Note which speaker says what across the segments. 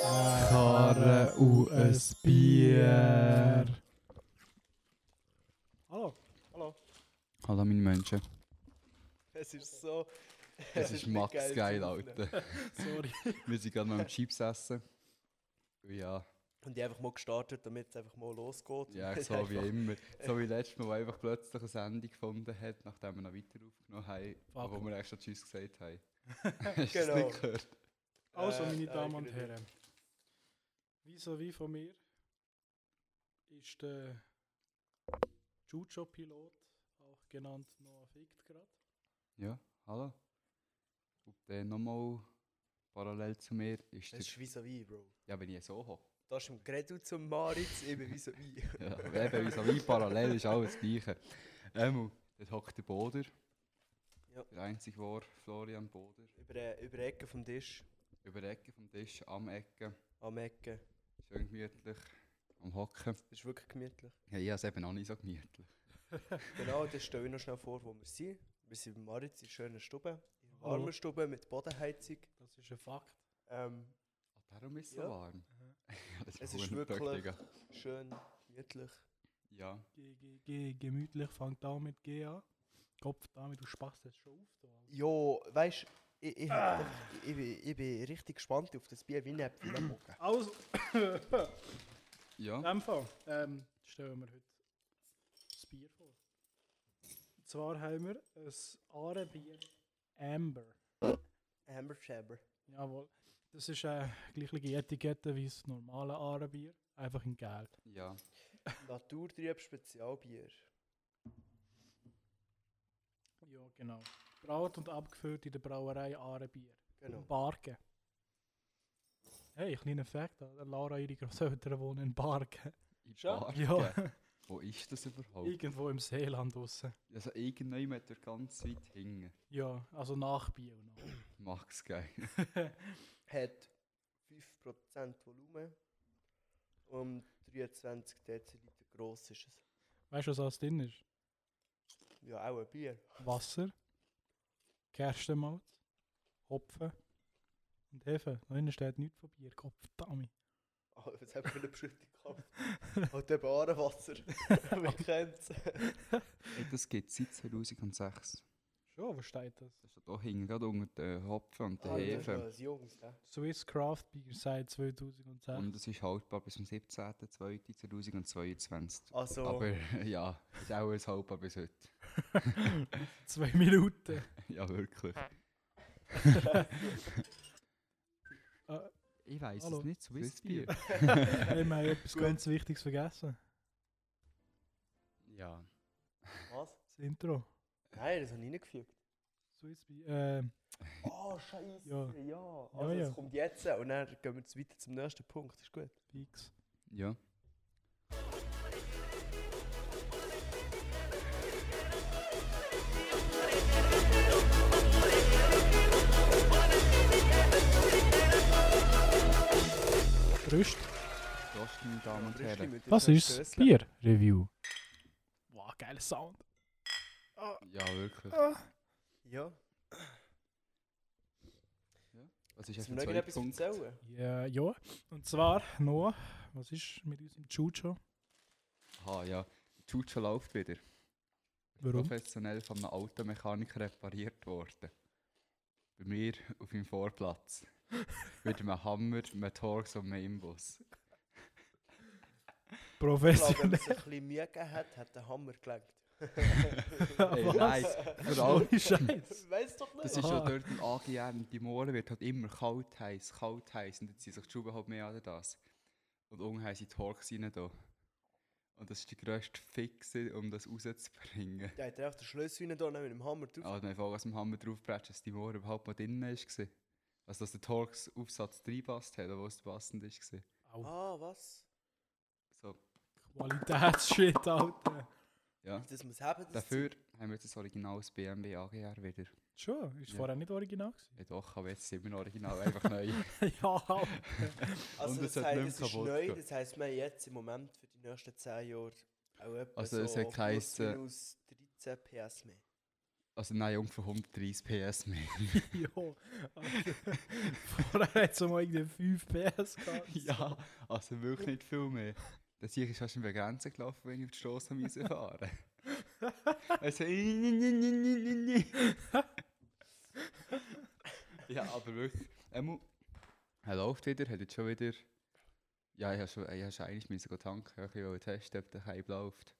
Speaker 1: Karre und ein Bier.
Speaker 2: Hallo.
Speaker 3: Hallo.
Speaker 1: Hallo meine Menschen.
Speaker 3: Es ist so.
Speaker 1: Es ist Max geil,
Speaker 3: zu öffnen.
Speaker 1: Alter.
Speaker 2: Sorry.
Speaker 1: Wir sind gerade mal am Chips essen. Ja,
Speaker 3: Und ich einfach mal gestartet, damit es einfach mal losgeht.
Speaker 1: ja
Speaker 3: Es ist
Speaker 1: so wie
Speaker 3: einfach-
Speaker 1: immer. So wie letztes Mal, wo einfach plötzlich ein Handy gefunden hat, nachdem wir noch weiter aufgenommen haben,
Speaker 2: Fuck.
Speaker 1: wo wir eigentlich schon Tschüss gesagt haben. Hast du es
Speaker 3: Genau.
Speaker 1: nicht gehört?
Speaker 2: Also,
Speaker 3: Äh,
Speaker 2: meine
Speaker 3: äh,
Speaker 2: Damen und
Speaker 3: grüezi.
Speaker 2: Herren. Vis-à-vis von mir ist der Jucho-Pilot, auch genannt Noah Fickt gerade.
Speaker 1: Ja, hallo. Und dann nochmal parallel zu mir ist
Speaker 3: Es
Speaker 1: der...
Speaker 3: ist wie so wie, Bro.
Speaker 1: Ja, wenn ich so hocke.
Speaker 3: Da ist im Gredu zum Maritz, eben wie so wie.
Speaker 1: Ja, eben, wie so wie parallel ist alles das Gleiche. Ähm, dort hockt der Boder.
Speaker 3: Ja.
Speaker 1: Der einzige war Florian Boder.
Speaker 3: Über, äh, über die Ecke vom Tisch,
Speaker 1: Über die Ecke vom Tisch, am Ecke.
Speaker 3: am Ecke.
Speaker 1: Schön gemütlich. Am Hocken.
Speaker 3: Das ist wirklich gemütlich.
Speaker 1: Ja, ich habe es eben noch nicht so gemütlich.
Speaker 3: Genau, das stelle ich noch schnell vor, wo wir sind. Wir sind im Maritz in schöner Stube. In
Speaker 2: Hallo.
Speaker 3: warmer Stube mit Bodenheizung.
Speaker 2: Das ist ein Fakt.
Speaker 3: Ähm,
Speaker 1: Ah, darum ist es
Speaker 3: Ja.
Speaker 1: so warm. Ja, das
Speaker 3: Es ist
Speaker 1: verdammt
Speaker 3: wirklich-
Speaker 1: Digga.
Speaker 3: schön, gemütlich.
Speaker 1: Ja,
Speaker 2: G -g -g gemütlich, fang da mit G an. Kopf damit, du spachst jetzt schon auf. Du. Alter.
Speaker 3: Jo, weißt du, ich, ich,
Speaker 2: Ah.
Speaker 3: hab einfach- ich, bin- ich bin richtig gespannt auf das Bier, wie ein Äpfel am Morgen.
Speaker 2: Also, in
Speaker 1: ja.
Speaker 2: dem Fall ähm, stellen wir heute das Bier vor. Und zwar haben wir ein Ahrenbier Amber.
Speaker 3: Hammer Shabber.
Speaker 2: Jawohl. Das ist äh, gleiche Etikette wie das normale Ahrenbier, einfach in Geld.
Speaker 1: ja.
Speaker 3: Naturtrieb Spezialbier.
Speaker 2: Ja, genau. Braut und abgefüllt in der Brauerei Ahrenbier.
Speaker 3: Genau.
Speaker 2: Barken. Hey, kleiner Fakt, äh, Lara, ihre Großeltern wohnen in Barken.
Speaker 1: In
Speaker 3: Schon?
Speaker 1: Bargen.
Speaker 2: Ja,
Speaker 1: Wo ist das überhaupt?
Speaker 2: irgendwo im Seeland draussen.
Speaker 1: Also irgendjemand hat der ganz weit hinten.
Speaker 2: Ja, also nach Biel. noch.
Speaker 1: Max geil.
Speaker 3: Hat 5% Volumen und 23 Deziliter gross ist es.
Speaker 2: Weißt du, was alles drin ist?
Speaker 3: Ja, auch ein Bier.
Speaker 2: Wasser, Gerstenmalz, Hopfen und Hefe. Da drinnen steht nichts von Bier. Kopfdami.
Speaker 3: Ah, was haben wir für eine Beschüttung gehabt? Halt eben Ahrenwasser. Wir kennen es.
Speaker 1: Hey, das gibt es seit 2006.
Speaker 2: Schon, wo steht das?
Speaker 1: Das ist da hinten, gerade unter den Hopfen und
Speaker 3: Ah,
Speaker 1: den Hefen.
Speaker 3: Das Jungs, ne?
Speaker 2: Swiss Craft Beer seit 2006.
Speaker 1: Und es ist haltbar bis zum 17.02.2022.
Speaker 3: Also,
Speaker 1: Aber ja, ist auch ein haltbar bis heute.
Speaker 2: Zwei Minuten.
Speaker 1: Ja, wirklich.
Speaker 2: Äh,
Speaker 1: Ich weiß
Speaker 2: Hallo.
Speaker 1: es nicht, Swiss Bier.
Speaker 2: hey, wir haben etwas ganz Wichtiges vergessen.
Speaker 1: Ja.
Speaker 3: was?
Speaker 2: Das Intro.
Speaker 3: Nein, das habe ich nicht gefügt.
Speaker 2: Swiss Beer. Äh,
Speaker 3: Ah, Scheiße.
Speaker 2: Ja.
Speaker 3: Ja. Also,
Speaker 2: ja.
Speaker 3: es kommt jetzt und dann gehen wir jetzt weiter zum nächsten Punkt. Ist gut.
Speaker 2: Fix.
Speaker 1: Ja.
Speaker 2: Rüst.
Speaker 1: Prost, meine Damen und
Speaker 3: Rüstli
Speaker 1: Herren.
Speaker 3: mit dem
Speaker 2: Was ist das
Speaker 3: Stössli.
Speaker 2: Bier Review? Wow, geiler Sound.
Speaker 1: Ja, wirklich.
Speaker 2: Ah.
Speaker 3: Ja.
Speaker 1: Was ist
Speaker 3: Jetzt
Speaker 1: jetzt der
Speaker 3: müssen wir noch
Speaker 1: zweite
Speaker 3: etwas
Speaker 1: Punkt?
Speaker 3: erzählen.
Speaker 2: Ja, ja. Und zwar, Noah, was ist mit unserem Chucho?
Speaker 1: Aha, Ah, ja. Chucho läuft wieder.
Speaker 2: Warum?
Speaker 1: Professionell von einem Automechaniker repariert worden. Bei mir auf meinem Vorplatz. Mit einem Hammer, einem Torx und einem Imbus.
Speaker 3: Ich glaube, wenn
Speaker 2: Professionell.
Speaker 3: es ein bisschen Mühe gegeben hat, hat der Hammer gelenkt.
Speaker 1: Ey, nice. Für alle.
Speaker 2: Ohne Scheiß.
Speaker 3: Weiß doch nicht.
Speaker 1: Das ist ja
Speaker 2: Aha.
Speaker 1: dort im AGR und die Moore wird halt immer kalt heiß, kalt heiß und jetzt sind sich die Schuhe halt mehr an das. Und unten haben sie Torx rein da. Und das ist die grösste Fixe, um das rauszubringen.
Speaker 3: Der hat einfach den Schlüssel rein da mit dem Hammer drauf.
Speaker 1: Also mein Fall aus dem Hammer draufprätscht, dass die Moore überhaupt mal drin war. Also dass der Torx Aufsatz reinpasst hat, obwohl es passend war.
Speaker 2: Au,
Speaker 3: Ah, was?
Speaker 1: So,
Speaker 2: Qualitätsshit, Alter.
Speaker 1: ja.
Speaker 3: Das muss haben, das
Speaker 1: Dafür haben wir jetzt ein originales BMW AGR wieder.
Speaker 2: Schon, ist
Speaker 1: Ja.
Speaker 2: vorher nicht original gewesen.
Speaker 1: Ja doch, aber jetzt sind wir noch original, einfach neu.
Speaker 2: ja, Alter.
Speaker 3: Zeug. Also
Speaker 1: und es
Speaker 3: das
Speaker 1: hat
Speaker 3: heißt,
Speaker 1: nicht
Speaker 3: es ist
Speaker 1: kaputt
Speaker 3: neu,
Speaker 1: gehen.
Speaker 3: das heisst, wir haben jetzt im Moment für die nächsten 10 Jahre auch etwa
Speaker 1: Also es
Speaker 3: so
Speaker 1: hat geheissen-
Speaker 3: plus minus 13 PS mehr.
Speaker 1: Also nein, ungefähr 130 PS mehr.
Speaker 2: jo. Also, vorher hat es mal irgendwie 5 PS gehabt.
Speaker 1: ja, also wirklich nicht viel mehr. Das hier ist fast über Grenzen gelaufen, wenn ich auf die Straße musste fahren. also, ja, aber wirklich. Emu, er läuft wieder, hat jetzt schon wieder. Ja, ich habe schon, ich hab schon eigentlich müssen gehen tanken. Ich wollte testen, ob der Hype läuft.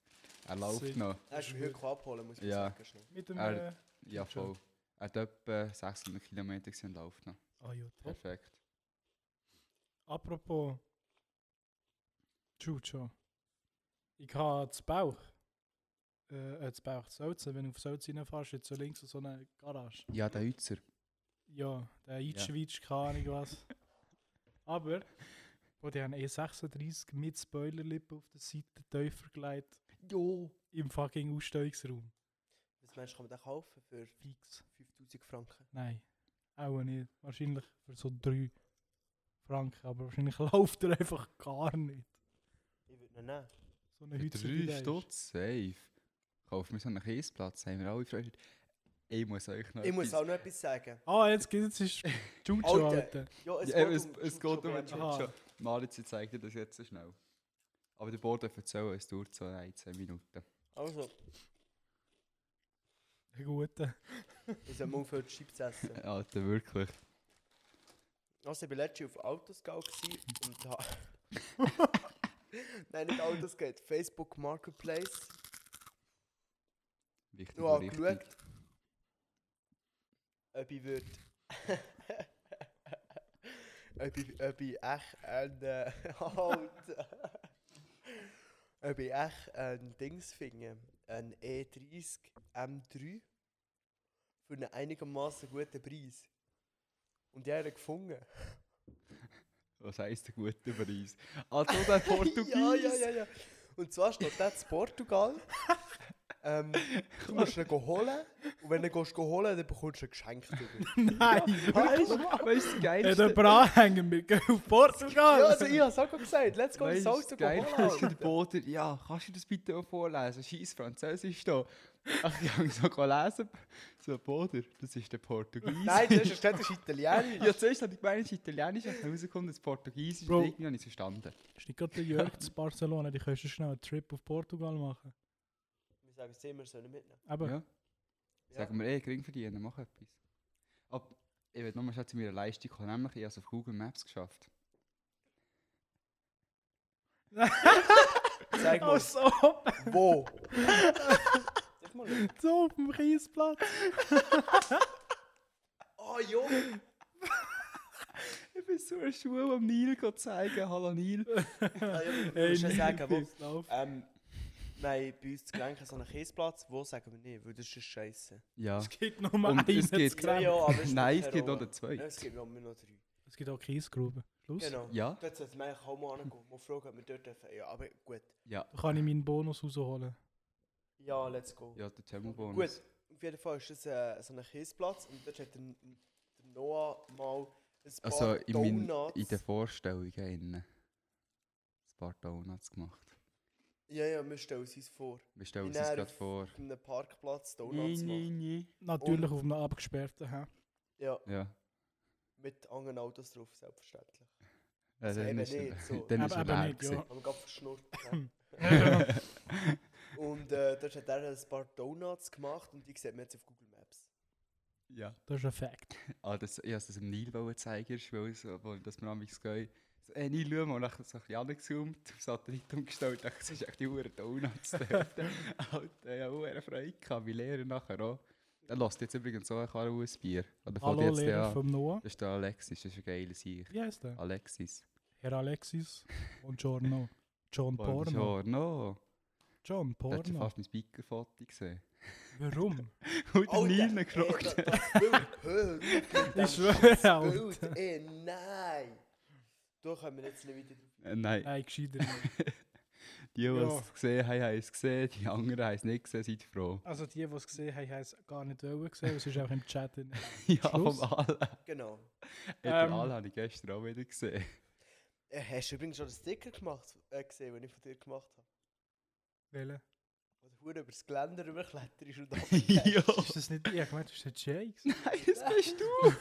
Speaker 1: Er läuft
Speaker 2: Sick.
Speaker 1: noch.
Speaker 3: Hast du mich heute abholen, muss ich
Speaker 1: Ja.
Speaker 3: sagen. Schnell.
Speaker 2: Mit dem.
Speaker 1: Er-
Speaker 2: äh,
Speaker 1: Ja,
Speaker 2: Schon.
Speaker 1: voll. Er hat etwa 600 Kilometer gesehen, läuft noch.
Speaker 2: Ah ja, top.
Speaker 1: Perfekt.
Speaker 2: Apropos. Chucho. Ich habe zu Bauch. Äh, äh, zu Bauch, zu Salzen. Wenn du auf Salzen reinfährst, jetzt so links so eine Garage.
Speaker 1: Ja, der Hützer.
Speaker 2: Ja, der eingeschweizt, keine Ahnung was. Aber, wo die haben E36 mit Spoilerlippe auf der Seite tiefer gelegt. Jo! Im fucking Ausstellungsraum.
Speaker 3: Was meinst du, kann man den kaufen für
Speaker 2: Fix.
Speaker 3: 5000 Franken?
Speaker 2: Nein, auch nicht. Wahrscheinlich für so 3 Franken. Aber wahrscheinlich läuft er einfach gar nicht.
Speaker 3: Ich würde ihn nehmen.
Speaker 2: So eine
Speaker 1: Für
Speaker 2: Hütze. die da
Speaker 1: Drei
Speaker 2: ist.
Speaker 1: Stutz, safe. Kauf mir so einen Kiesplatz, haben wir alle Freude. Ich muss euch noch
Speaker 3: Ich muss
Speaker 1: etwas-
Speaker 3: auch noch etwas sagen.
Speaker 2: Ah, jetzt geht's jetzt ist Chucho,
Speaker 3: Alter.
Speaker 2: Alter.
Speaker 3: Ja, es
Speaker 1: Ja,
Speaker 3: geht
Speaker 1: eben, es,
Speaker 3: um
Speaker 1: es geht um einen
Speaker 3: Chucho.
Speaker 2: Aha.
Speaker 1: Chucho. Marit, sie zeigt dir das jetzt so schnell. Aber der Board darf erzählen, es dauert so 13 Minuten.
Speaker 3: Also,
Speaker 2: Ein guter.
Speaker 3: ich soll mal aufhören, Chips zu essen.
Speaker 1: Alter, wirklich.
Speaker 3: Also, ich war letztens auf Autoscout gewesen und habe. Nein, nicht Autoscout, Facebook Marketplace.
Speaker 1: Wichtig
Speaker 3: Nur
Speaker 1: und richtig.
Speaker 3: angeschaut. Ob ich würde. ob, ich, ob ich echt ein. Äh, Alter. ob ich echt ein Dings finde. Ein E E30 M3. Für einen einigermaßen guten Preis. Und die haben ihn gefunden.
Speaker 1: Was heisst der gute Preis? Ah, du, der Portugies!
Speaker 3: Ja, ja, ja, ja. Und zwar steht der zu Portugal. ähm, du musst ihn holen. Und wenn du ihn gehst holen, dann bekommst du ein Geschenk. drüber.
Speaker 2: Nein!
Speaker 1: Weißt du, weißt du, das
Speaker 2: Hat
Speaker 1: Geilste?
Speaker 2: jemand anhängen? Wir gehen auf Portugal!
Speaker 3: Ja, also ich hab's auch gerade gesagt. Let's go
Speaker 1: Weißt
Speaker 3: ins
Speaker 1: du,
Speaker 3: Haus
Speaker 1: das
Speaker 3: zu
Speaker 1: Geilste ist der
Speaker 3: holen.
Speaker 1: Boder. Ja, kannst du das bitte auch vorlesen? Scheiß Französisch da. Ach, ich kann so lesen. So, Boder, das ist der Portugies.
Speaker 3: Nein, das ist das ist Italienisch.
Speaker 1: Ja, zuerst habe ich gemeint, es ist Italienisch, als ich rausgekommen das Portugiesisch
Speaker 2: Bro.
Speaker 1: und irgendwie habe ich es verstanden.
Speaker 2: Ist nicht gerade der Jörg zu Barcelona, die kannst du schnell einen Trip auf Portugal machen.
Speaker 3: Wir sagen es immer, sollen mitnehmen.
Speaker 2: Aber
Speaker 1: Ja.
Speaker 3: Ja.
Speaker 1: Sagen wir, ey, gering verdienen, mach etwas. Aber ich will nochmal schnell zu meiner Leistung kommen, nämlich ich habe es auf Google Maps geschafft.
Speaker 3: Zeig mal,
Speaker 1: Also.
Speaker 2: Als ob,
Speaker 3: wo. Sag mal.
Speaker 2: so auf dem Kiesplatz.
Speaker 3: Oh, jo.
Speaker 1: Ich bin so eine Schule am Nil go zeigen, hallo Nil.
Speaker 3: Ah, ja, wir müssen ja sagen, wo.
Speaker 2: wo?
Speaker 3: Ähm, nein, bei uns zu Grenken so einen Kiesplatz. Wo sagen wir nicht, weil das ist scheiße.
Speaker 1: Ja.
Speaker 2: Es gibt nur
Speaker 1: Und
Speaker 2: einen
Speaker 1: es
Speaker 2: zu
Speaker 1: gibt-
Speaker 2: Grenzen.
Speaker 3: Ja, aber es
Speaker 1: Nein, es
Speaker 3: spielt keine
Speaker 1: gibt noch
Speaker 3: Rolle.
Speaker 1: den zweiten.
Speaker 3: Ja, Es gibt ja immer noch drei.
Speaker 2: Es gibt auch Kiesgruben. Schluss.
Speaker 3: Genau.
Speaker 1: Ja.
Speaker 3: Dort sollte man eigentlich auch mal angehen. Mal fragen, ob wir dort dürfen. Ja, aber gut.
Speaker 1: Ja,
Speaker 2: Da kann ich meinen Bonus rausholen.
Speaker 3: Ja, let's go.
Speaker 1: ja, der Thermobonus.
Speaker 3: Gut, auf jeden Fall ist das äh, so ein Kiesplatz und dort hat der, der Noah mal ein paar
Speaker 1: Also, ich mein,
Speaker 3: Donuts.
Speaker 1: in der Vorstellung hier innen. Ein paar Donuts gemacht.
Speaker 3: ja, ja, wir stellen uns das vor.
Speaker 1: Wir stellen uns
Speaker 3: Bin
Speaker 1: das
Speaker 3: er
Speaker 1: gerade
Speaker 3: auf-
Speaker 1: vor.
Speaker 3: Auf einem Parkplatz Donuts machen. Oh.
Speaker 2: Natürlich auf einem abgesperrten. hä?
Speaker 3: Ja,
Speaker 1: Ja.
Speaker 3: mit anderen Autos drauf, selbstverständlich.
Speaker 1: Ja,
Speaker 3: Also
Speaker 1: dann
Speaker 3: eben
Speaker 1: Äh, ist er,
Speaker 3: nicht so.
Speaker 1: dann ist
Speaker 2: Eben-
Speaker 1: er
Speaker 2: eben
Speaker 1: leer
Speaker 2: nicht, ja.
Speaker 1: gewesen.
Speaker 3: Haben wir gerade verschnurrt. ja. und äh, dort hat er ein paar Donuts gemacht und die sieht man jetzt auf Google Maps.
Speaker 1: ja.
Speaker 2: Das ist ein Fact.
Speaker 1: Ah, das, ich wollte das dem Nil wollen zeigen, erst, weil so, wo- dass wir amigs gehen. So, ey, Nil, schau mal, und dann so ein bisschen angezoomt, auf Satellit umgestellt, dachte, das ist echt die Uhren Donuts dort. Alter, ja, Uhren Freude gehabt, wie Lehrer nachher auch. Er lässt jetzt übrigens auch ein Karus Bier. Oder fällt
Speaker 2: Hallo
Speaker 1: jetzt der
Speaker 2: Lehrer
Speaker 1: an?
Speaker 2: vom Noah.
Speaker 1: Das ist der Alexis, das ist ein geiler Sieg.
Speaker 2: Wie heißt der?
Speaker 1: Alexis.
Speaker 2: Herr Alexis. Und Giorno. John Porno.
Speaker 1: Buongiorno.
Speaker 2: John
Speaker 1: Da hast du
Speaker 2: Porno.
Speaker 1: fast mein Biker-Foto gesehen.
Speaker 2: Warum?
Speaker 1: Und
Speaker 2: Oh,
Speaker 3: Alter,
Speaker 1: den Nil
Speaker 3: ey,
Speaker 1: nicht gefragt.
Speaker 3: das- das Bild, hör auf mit dem
Speaker 2: Ich schwöre,
Speaker 3: Bild,
Speaker 2: Alter.
Speaker 3: ey, eh nein! Da können wir jetzt nicht weiter drauf.
Speaker 1: Äh, Nein.
Speaker 2: Nein, gescheiter nicht.
Speaker 1: Die, die es gesehen haben, haben es gesehen, die anderen haben es nicht gesehen, seid froh.
Speaker 2: Also die, die es gesehen haben, haben es gar nicht wollen gesehen. Es ist auch im Chat drin.
Speaker 1: ja,
Speaker 2: Schluss.
Speaker 1: vom Allen.
Speaker 3: Genau.
Speaker 1: Ja,
Speaker 2: Ähm.
Speaker 1: Den Allen habe ich gestern auch wieder gesehen.
Speaker 3: Äh, hast du übrigens schon einen Sticker gemacht, äh, gesehen, den ich von dir gemacht habe?
Speaker 2: Welche?
Speaker 3: Oder Huren über das Geländer rüberkletterst und dann.
Speaker 1: ja.
Speaker 2: Ist das nicht ich? Ich meinte, ist das Jakes?
Speaker 1: Nein, das bist du.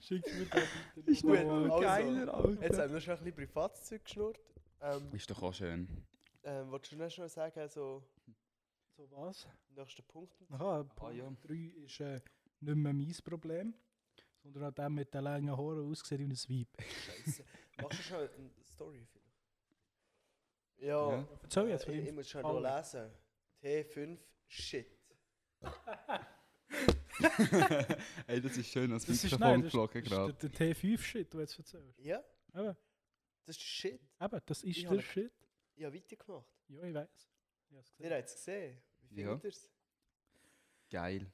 Speaker 2: Schick mir das bitte
Speaker 1: Ist
Speaker 3: Gut,
Speaker 1: noch
Speaker 2: mal.
Speaker 3: also,
Speaker 1: geiler, Alter.
Speaker 3: Jetzt haben wir schon ein bisschen Privatzeug geschnurrt. Ähm,
Speaker 1: Ist doch auch schön.
Speaker 3: ähm, Wolltest du noch schnell sagen, so,
Speaker 2: So was?
Speaker 3: nächsten Punkt?
Speaker 2: Aha,
Speaker 1: Ah,
Speaker 2: Punkt
Speaker 1: ja.
Speaker 2: 3 ist äh, nicht mehr mein Problem, sondern an dem mit den langen Haaren aussieht wie ein Weib.
Speaker 3: Scheiße. Machst du schon eine Story vielleicht? Ja.
Speaker 1: Ja.
Speaker 2: Erzähl
Speaker 3: äh,
Speaker 2: jetzt von
Speaker 3: ich, ich
Speaker 2: ihm.
Speaker 3: muss schon noch
Speaker 2: Alle.
Speaker 3: lesen. T5 Shit.
Speaker 1: Ey, das ist schön, als
Speaker 2: Das ist
Speaker 1: Mikrofon
Speaker 2: nein, das,
Speaker 1: geflogen
Speaker 2: ist der,
Speaker 1: gerade.
Speaker 2: der T5-Shit, den du jetzt erzählst.
Speaker 3: Ja,
Speaker 2: Eben,
Speaker 3: das ist Shit.
Speaker 2: eben, das ist
Speaker 3: Ich
Speaker 2: der
Speaker 3: hab-
Speaker 2: Shit.
Speaker 3: Ich habe weitergemacht.
Speaker 2: Ja, ich weiß. Ich hab's gesehen.
Speaker 3: Ihr habt es gesehen. Wie
Speaker 1: Ja.
Speaker 3: findet ihr es?
Speaker 1: Geil.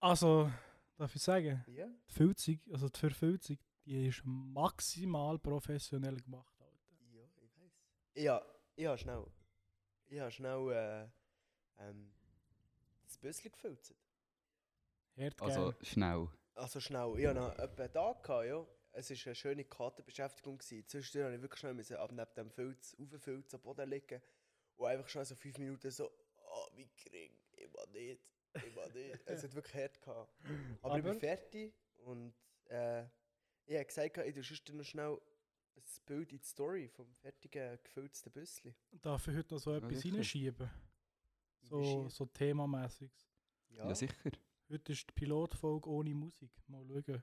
Speaker 2: Also, darf ich sagen,
Speaker 3: Ja.
Speaker 2: die Filzung, also die Verfilzung, die ist maximal professionell gemacht. Alter.
Speaker 3: Ja, ich weiß. Ja, ich habe schnell. Ich habe schnell. Äh, ähm, das Büssel gefilzt.
Speaker 2: Herdgeil.
Speaker 1: Also schnell.
Speaker 3: Also schnell. Ich hatte noch etwa einen Tag, gehabt, ja. Es war eine schöne Kartenbeschäftigung. gewesen. Zwischendurch musste ich wirklich schnell müssen, ab neben dem Filz, auf dem Filz am Boden liegen. Und einfach schon so fünf Minuten so, ah, wie gering, immer nicht, immer nicht. es hat wirklich hart gehabt. Aber, ich bin
Speaker 2: Aber-
Speaker 3: fertig und äh, ich habe gesagt, ich tue sonst noch schnell ein Bild in die Story vom fertigen gefilzten Büssli.
Speaker 2: Darf ich heute noch so etwas
Speaker 1: wirklich?
Speaker 2: reinschieben? So, so themamäßig.
Speaker 1: Ja,
Speaker 3: Ja,
Speaker 1: sicher.
Speaker 2: Heute ist die Pilotfolge ohne Musik. Mal schauen,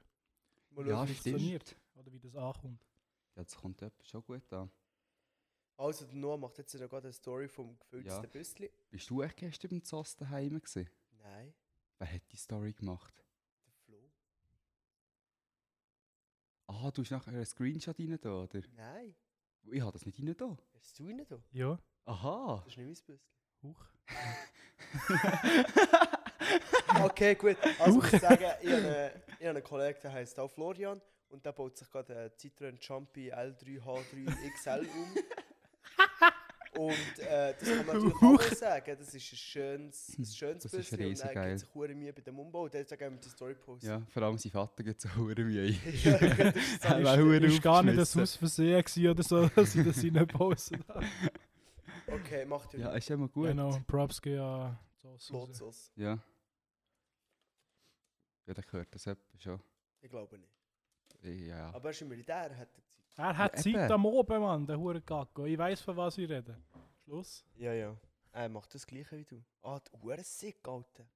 Speaker 3: mal
Speaker 1: Ja,
Speaker 3: schauen.
Speaker 2: funktioniert.
Speaker 1: stimmt.
Speaker 2: oder wie das ankommt.
Speaker 1: Ja, das kommt etwas schon gut an.
Speaker 3: Also, der Noah macht jetzt noch gerade eine Story vom gefilzten
Speaker 1: Ja.
Speaker 3: Büssli.
Speaker 1: Bist du echt gestern im Zoss daheim gewesen?
Speaker 3: Nein,
Speaker 1: Wer hat die Story gemacht?
Speaker 3: der Flo.
Speaker 1: Ah, du hast nachher einen Screenshot rein da, oder?
Speaker 3: Nein,
Speaker 1: Ich habe das nicht rein da.
Speaker 3: hast du ihn da?
Speaker 2: Ja,
Speaker 1: Aha.
Speaker 3: Das ist nicht mein Büssli.
Speaker 2: hoch.
Speaker 3: Okay, gut. Also ich muss sagen, ich habe einen, ich habe einen Kollegen, der heißt auch Florian und der baut sich gerade einen Citroën Jumpy L3H3 XL um. Und äh, das kann man natürlich auch sagen, das ist ein schönes, ein schönes
Speaker 1: Hm, Das ist
Speaker 3: Büsschen und
Speaker 1: riesig
Speaker 3: dann gibt
Speaker 1: geil.
Speaker 3: es sich hure Mühe bei dem Umbau und dann sagen wir die Story post.
Speaker 1: Ja, vor allem sein Vater geht so hure Mühe.
Speaker 3: Ja, gut, das ist so.
Speaker 1: Ja,
Speaker 2: ist,
Speaker 1: war verdammt
Speaker 2: ist gar nicht das
Speaker 1: aufgeschmissen.
Speaker 2: Haus versehen gewesen oder so, dass ich das reinpause.
Speaker 3: Okay, macht ihr
Speaker 1: Ja,
Speaker 3: ja,
Speaker 1: ist ja mal gut.
Speaker 2: genau, Props gehen an Sauce raus.
Speaker 3: Lotzos.
Speaker 1: Ja. Ja, dann gehört das etwa schon.
Speaker 3: Ich glaube nicht.
Speaker 1: Ja, Ja,
Speaker 3: Aber er ist im Militär, hat er Zeit.
Speaker 2: Er hat
Speaker 1: Ja,
Speaker 2: Zeit
Speaker 1: eben.
Speaker 2: am Oben, Mann, der hure Gacko. Ich weiß von was ich rede. Schluss.
Speaker 3: Ja, ja. Er macht das gleiche wie du. Ah, die Uhr ist sick, Alter.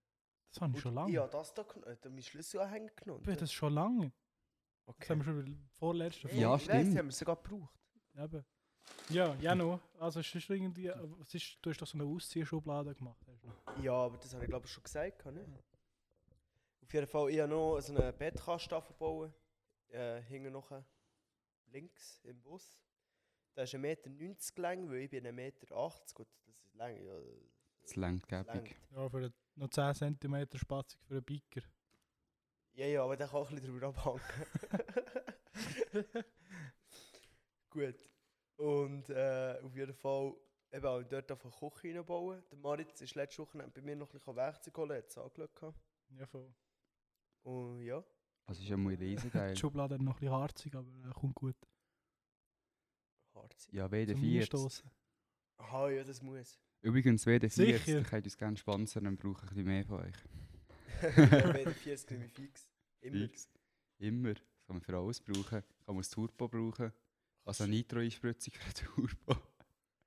Speaker 2: Das habe ich
Speaker 3: Und
Speaker 2: schon lange.
Speaker 3: Ich
Speaker 2: Ja,
Speaker 3: habe das da genommen, meinen Schlüsselanhänger genommen.
Speaker 2: das ist schon lange. Das
Speaker 3: Okay.
Speaker 2: haben wir schon in der vorletzten
Speaker 1: Ja,
Speaker 2: Folge.
Speaker 3: ich weiss,
Speaker 1: stimmt.
Speaker 3: die haben wir sogar gebraucht.
Speaker 2: Eben. Ja, Jano, also es ist irgendwie, es ist, du hast doch so eine Ausziehschublade gemacht. hast du noch.
Speaker 3: Ja, aber das habe ich glaube ich schon gesagt, kann Auf jeden Fall, ich habe noch so einen Bettkasten verbauen. Äh, hinten noch links im Bus. Der ist 1,90 Meter lang, weil ich bin 1,80 Meter. Gut, das ist lang, ja,
Speaker 1: das längt
Speaker 3: das
Speaker 1: gäbig.
Speaker 3: langt.
Speaker 2: Ja, für einen- noch 10 cm Spatzung für einen Biker.
Speaker 3: Ja, ja, aber der kann auch ein bisschen drüber abhängen. Gut. Und äh, auf jeden Fall eben auch dort auf eine Küche reinbauen. Der Maritz ist letzte Woche bei mir noch ein bisschen Werkzeug geholt, hat es angeschaut.
Speaker 2: Ja, voll.
Speaker 3: Und ja.
Speaker 1: Das Also, ist ja mal riesig geil.
Speaker 2: Die Schublade hat noch ein bisschen harzig, aber äh, kommt gut.
Speaker 3: Hart.
Speaker 1: Ja, WD4.
Speaker 2: Zum
Speaker 1: jetzt.
Speaker 2: Einstossen.
Speaker 3: Aha, ja, das muss.
Speaker 1: Übrigens, WD4, jetzt,
Speaker 2: Sicher.
Speaker 1: ihr könnt uns gerne sponsern, dann brauche ich ein bisschen mehr von euch.
Speaker 3: Wenn vier ist ich fix. Immer.
Speaker 1: Fix. Immer. Das kann man für alles brauchen. Kann man das Turbo brauchen. Also eine Nitro-Einspritzung für den Turbo.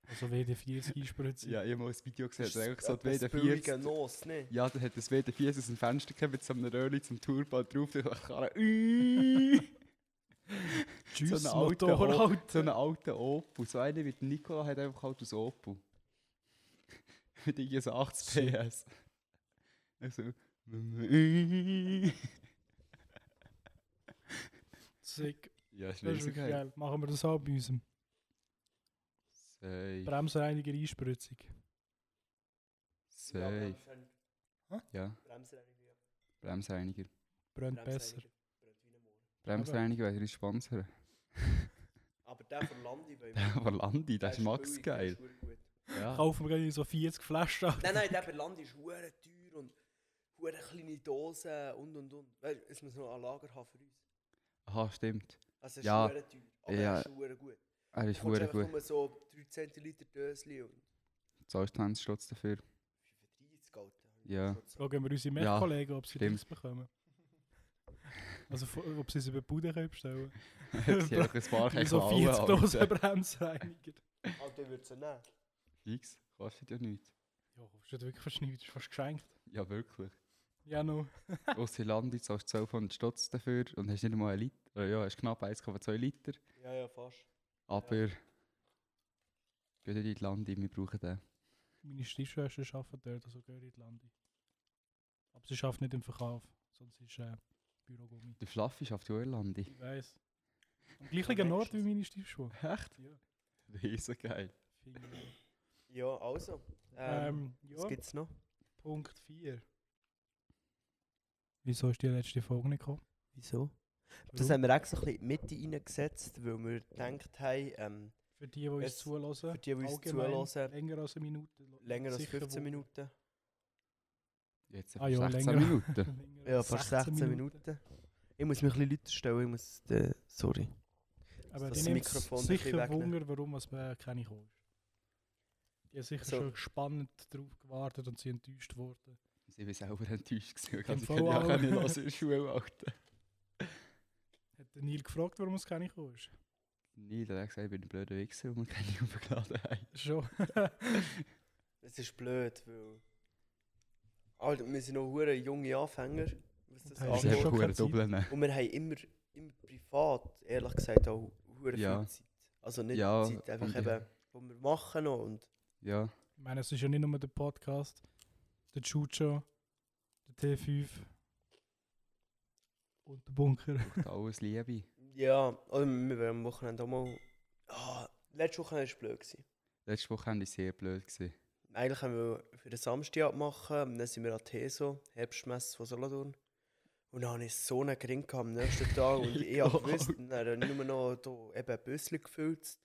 Speaker 2: Also WD40 einspritzen.
Speaker 1: Ja, ich habe mal ein Video gesehen,
Speaker 3: Das
Speaker 1: das eigentlich so die
Speaker 3: etwas billige
Speaker 1: WD4.
Speaker 3: Nuss, ne?
Speaker 1: Ja, dann hat das WD4 aus dem Fenster gehabt mit so einem Röhrchen zum Turbo und drauf. Und dann so
Speaker 2: Tschüss,
Speaker 1: einen alten,
Speaker 2: Motor,
Speaker 1: o
Speaker 2: Alter.
Speaker 1: so einen alten Opel. So einer wie der Nikola hat einfach halt aus Opel. mit irgendwie so 80 PS. Also.
Speaker 2: Sick.
Speaker 1: ja, ist
Speaker 2: Das ist
Speaker 1: riesig
Speaker 2: wirklich
Speaker 1: geil.
Speaker 2: geil. Machen wir das auch bei unserem
Speaker 1: Safe.
Speaker 2: Bremsreiniger Einspritzung.
Speaker 1: Safe. Ja,
Speaker 3: Bremsreiniger.
Speaker 1: Bremsreiniger.
Speaker 2: Brennt besser.
Speaker 1: Bremsreiniger, weil er ist Sponsor.
Speaker 3: Aber der von Landi bei mir.
Speaker 1: Aber Landi, das ist max
Speaker 3: billig,
Speaker 1: geil.
Speaker 3: Der ist verdammt gut.
Speaker 1: Ja.
Speaker 2: Kaufen wir gleich so 40 Flaschen. Alter.
Speaker 3: Nein, nein, der bei Landi ist hure teuer und hure kleine Dosen und und und. Weißt du, es muss noch ein Lager haben für uns.
Speaker 1: Aha, stimmt.
Speaker 3: Also, es ist
Speaker 1: Ja.
Speaker 3: hure teuer. Aber
Speaker 1: Ja.
Speaker 3: er ist hure gut.
Speaker 1: Er ist
Speaker 3: Du kommst
Speaker 1: hure
Speaker 3: einfach
Speaker 1: gut.
Speaker 3: nur so 3 Zentiliter Dösli und.
Speaker 1: Zahlst 20 Stutz dafür?
Speaker 3: 35, Alter.
Speaker 1: Ja.
Speaker 2: Fragen wir unsere
Speaker 1: Ja,
Speaker 2: Mehrkollegen, ob sie
Speaker 1: stimmt.
Speaker 2: Dings bekommen. Also, vo- ob sie es über die Bude können bestellen
Speaker 1: Jetzt hier einfach ein paar
Speaker 2: können. So 40 Dosen Bremsreiniger.
Speaker 3: Alter, ich würde sie nehmen.
Speaker 1: Fix, kostet ja nichts.
Speaker 2: Ja, ist das wirklich fast nichts, ist fast geschenkt.
Speaker 1: Ja, wirklich.
Speaker 2: Ja, noch.
Speaker 1: Aus Irland zahlst du 1200 Stutz dafür und hast nicht mal einen Liter. Oder ja, hast knapp 1,2 Liter.
Speaker 3: Ja, ja, fast.
Speaker 1: Aber. Geht in die Lande, wir brauchen den.
Speaker 2: Meine Stiefschwester arbeitet dort, also gehört in die Lande. Aber sie arbeitet nicht im Verkauf, sonst ist äh, Bürogummi.
Speaker 1: Der Fluffy schafft ja Irlande.
Speaker 2: Ich weiss. Am gleichen Ort wie meine Stiefschwester.
Speaker 1: Echt?
Speaker 2: Ja.
Speaker 1: Riesengeil.
Speaker 2: Finde ich.
Speaker 3: Ja, also. Ähm,
Speaker 2: Ähm,
Speaker 3: Was
Speaker 2: ja,
Speaker 3: gibt's noch?
Speaker 2: Punkt 4. Wieso ist die letzte Folge nicht gekommen?
Speaker 3: Wieso? Das haben wir extra ein bisschen in die Mitte reingesetzt, weil wir gedacht haben, ähm,
Speaker 2: Für die, die uns
Speaker 3: Es-
Speaker 2: zuhören.
Speaker 3: für die, die uns
Speaker 2: allgemein
Speaker 3: zuhören,
Speaker 2: Länger als eine Minute.
Speaker 3: länger als
Speaker 2: sicher
Speaker 3: 15
Speaker 2: wohl.
Speaker 3: Minuten.
Speaker 1: Jetzt
Speaker 2: Ah ja,
Speaker 1: 16
Speaker 2: länger.
Speaker 1: Minuten.
Speaker 2: Länger
Speaker 3: Ja,
Speaker 2: als
Speaker 3: fast 16 Minuten. Ich muss mich ein bisschen lauter stellen, ich muss. Äh, sorry.
Speaker 2: Aber
Speaker 3: Das
Speaker 2: die nimmt
Speaker 3: Mikrofon ein bisschen ne?
Speaker 2: sicher
Speaker 3: wegnehmen.
Speaker 2: Wunder, warum es mir keine kam. Die haben sicher
Speaker 3: So.
Speaker 2: schon spannend drauf gewartet und sind enttäuscht worden.
Speaker 1: Ich war selber enttäuscht. Gewesen,
Speaker 2: Im
Speaker 1: also ich
Speaker 2: Fall
Speaker 1: kann ja
Speaker 2: auch.
Speaker 1: keine Nase in der Schule halten.
Speaker 2: Hat der Neil gefragt, warum es keine kam?
Speaker 1: Nein, der hat gesagt, ich bin ein blöder Wichser und man kann nicht aufgeladen haben.
Speaker 2: Schon.
Speaker 3: Es ist blöd, weil. Alter, wir sind noch hure junge Anfänger. Was
Speaker 2: Das
Speaker 3: das
Speaker 2: ist
Speaker 1: Das ist
Speaker 2: ja
Speaker 3: angeht.
Speaker 2: schon
Speaker 1: einfach ein
Speaker 2: keine Zeit.
Speaker 1: Doppeln.
Speaker 3: Und wir haben immer, immer privat, ehrlich gesagt, auch hure
Speaker 1: Ja.
Speaker 3: viel Zeit. Also nicht
Speaker 1: Ja,
Speaker 3: Zeit, einfach
Speaker 1: und-
Speaker 3: eben, wo wir machen noch und.
Speaker 1: Ja,
Speaker 2: Ich meine, es ist ja nicht nur der Podcast, der Chucho, der T5 und der Bunker.
Speaker 1: braucht alles Liebe.
Speaker 3: Ja, oder wir werden am Wochenende auch mal. Ah, letzte Woche war es blöd. Gewesen.
Speaker 1: Letzte Woche war ich sehr blöd. Gewesen.
Speaker 3: Eigentlich haben wir für den Samstag abmachen, dann sind wir an Teso, Herbstmesse von Solothurn. Und dann hatte ich so einen Gring gehabt am nächsten Tag und ich habe gewusst, dann habe ich nur noch da eben ein Büssel gefüllt.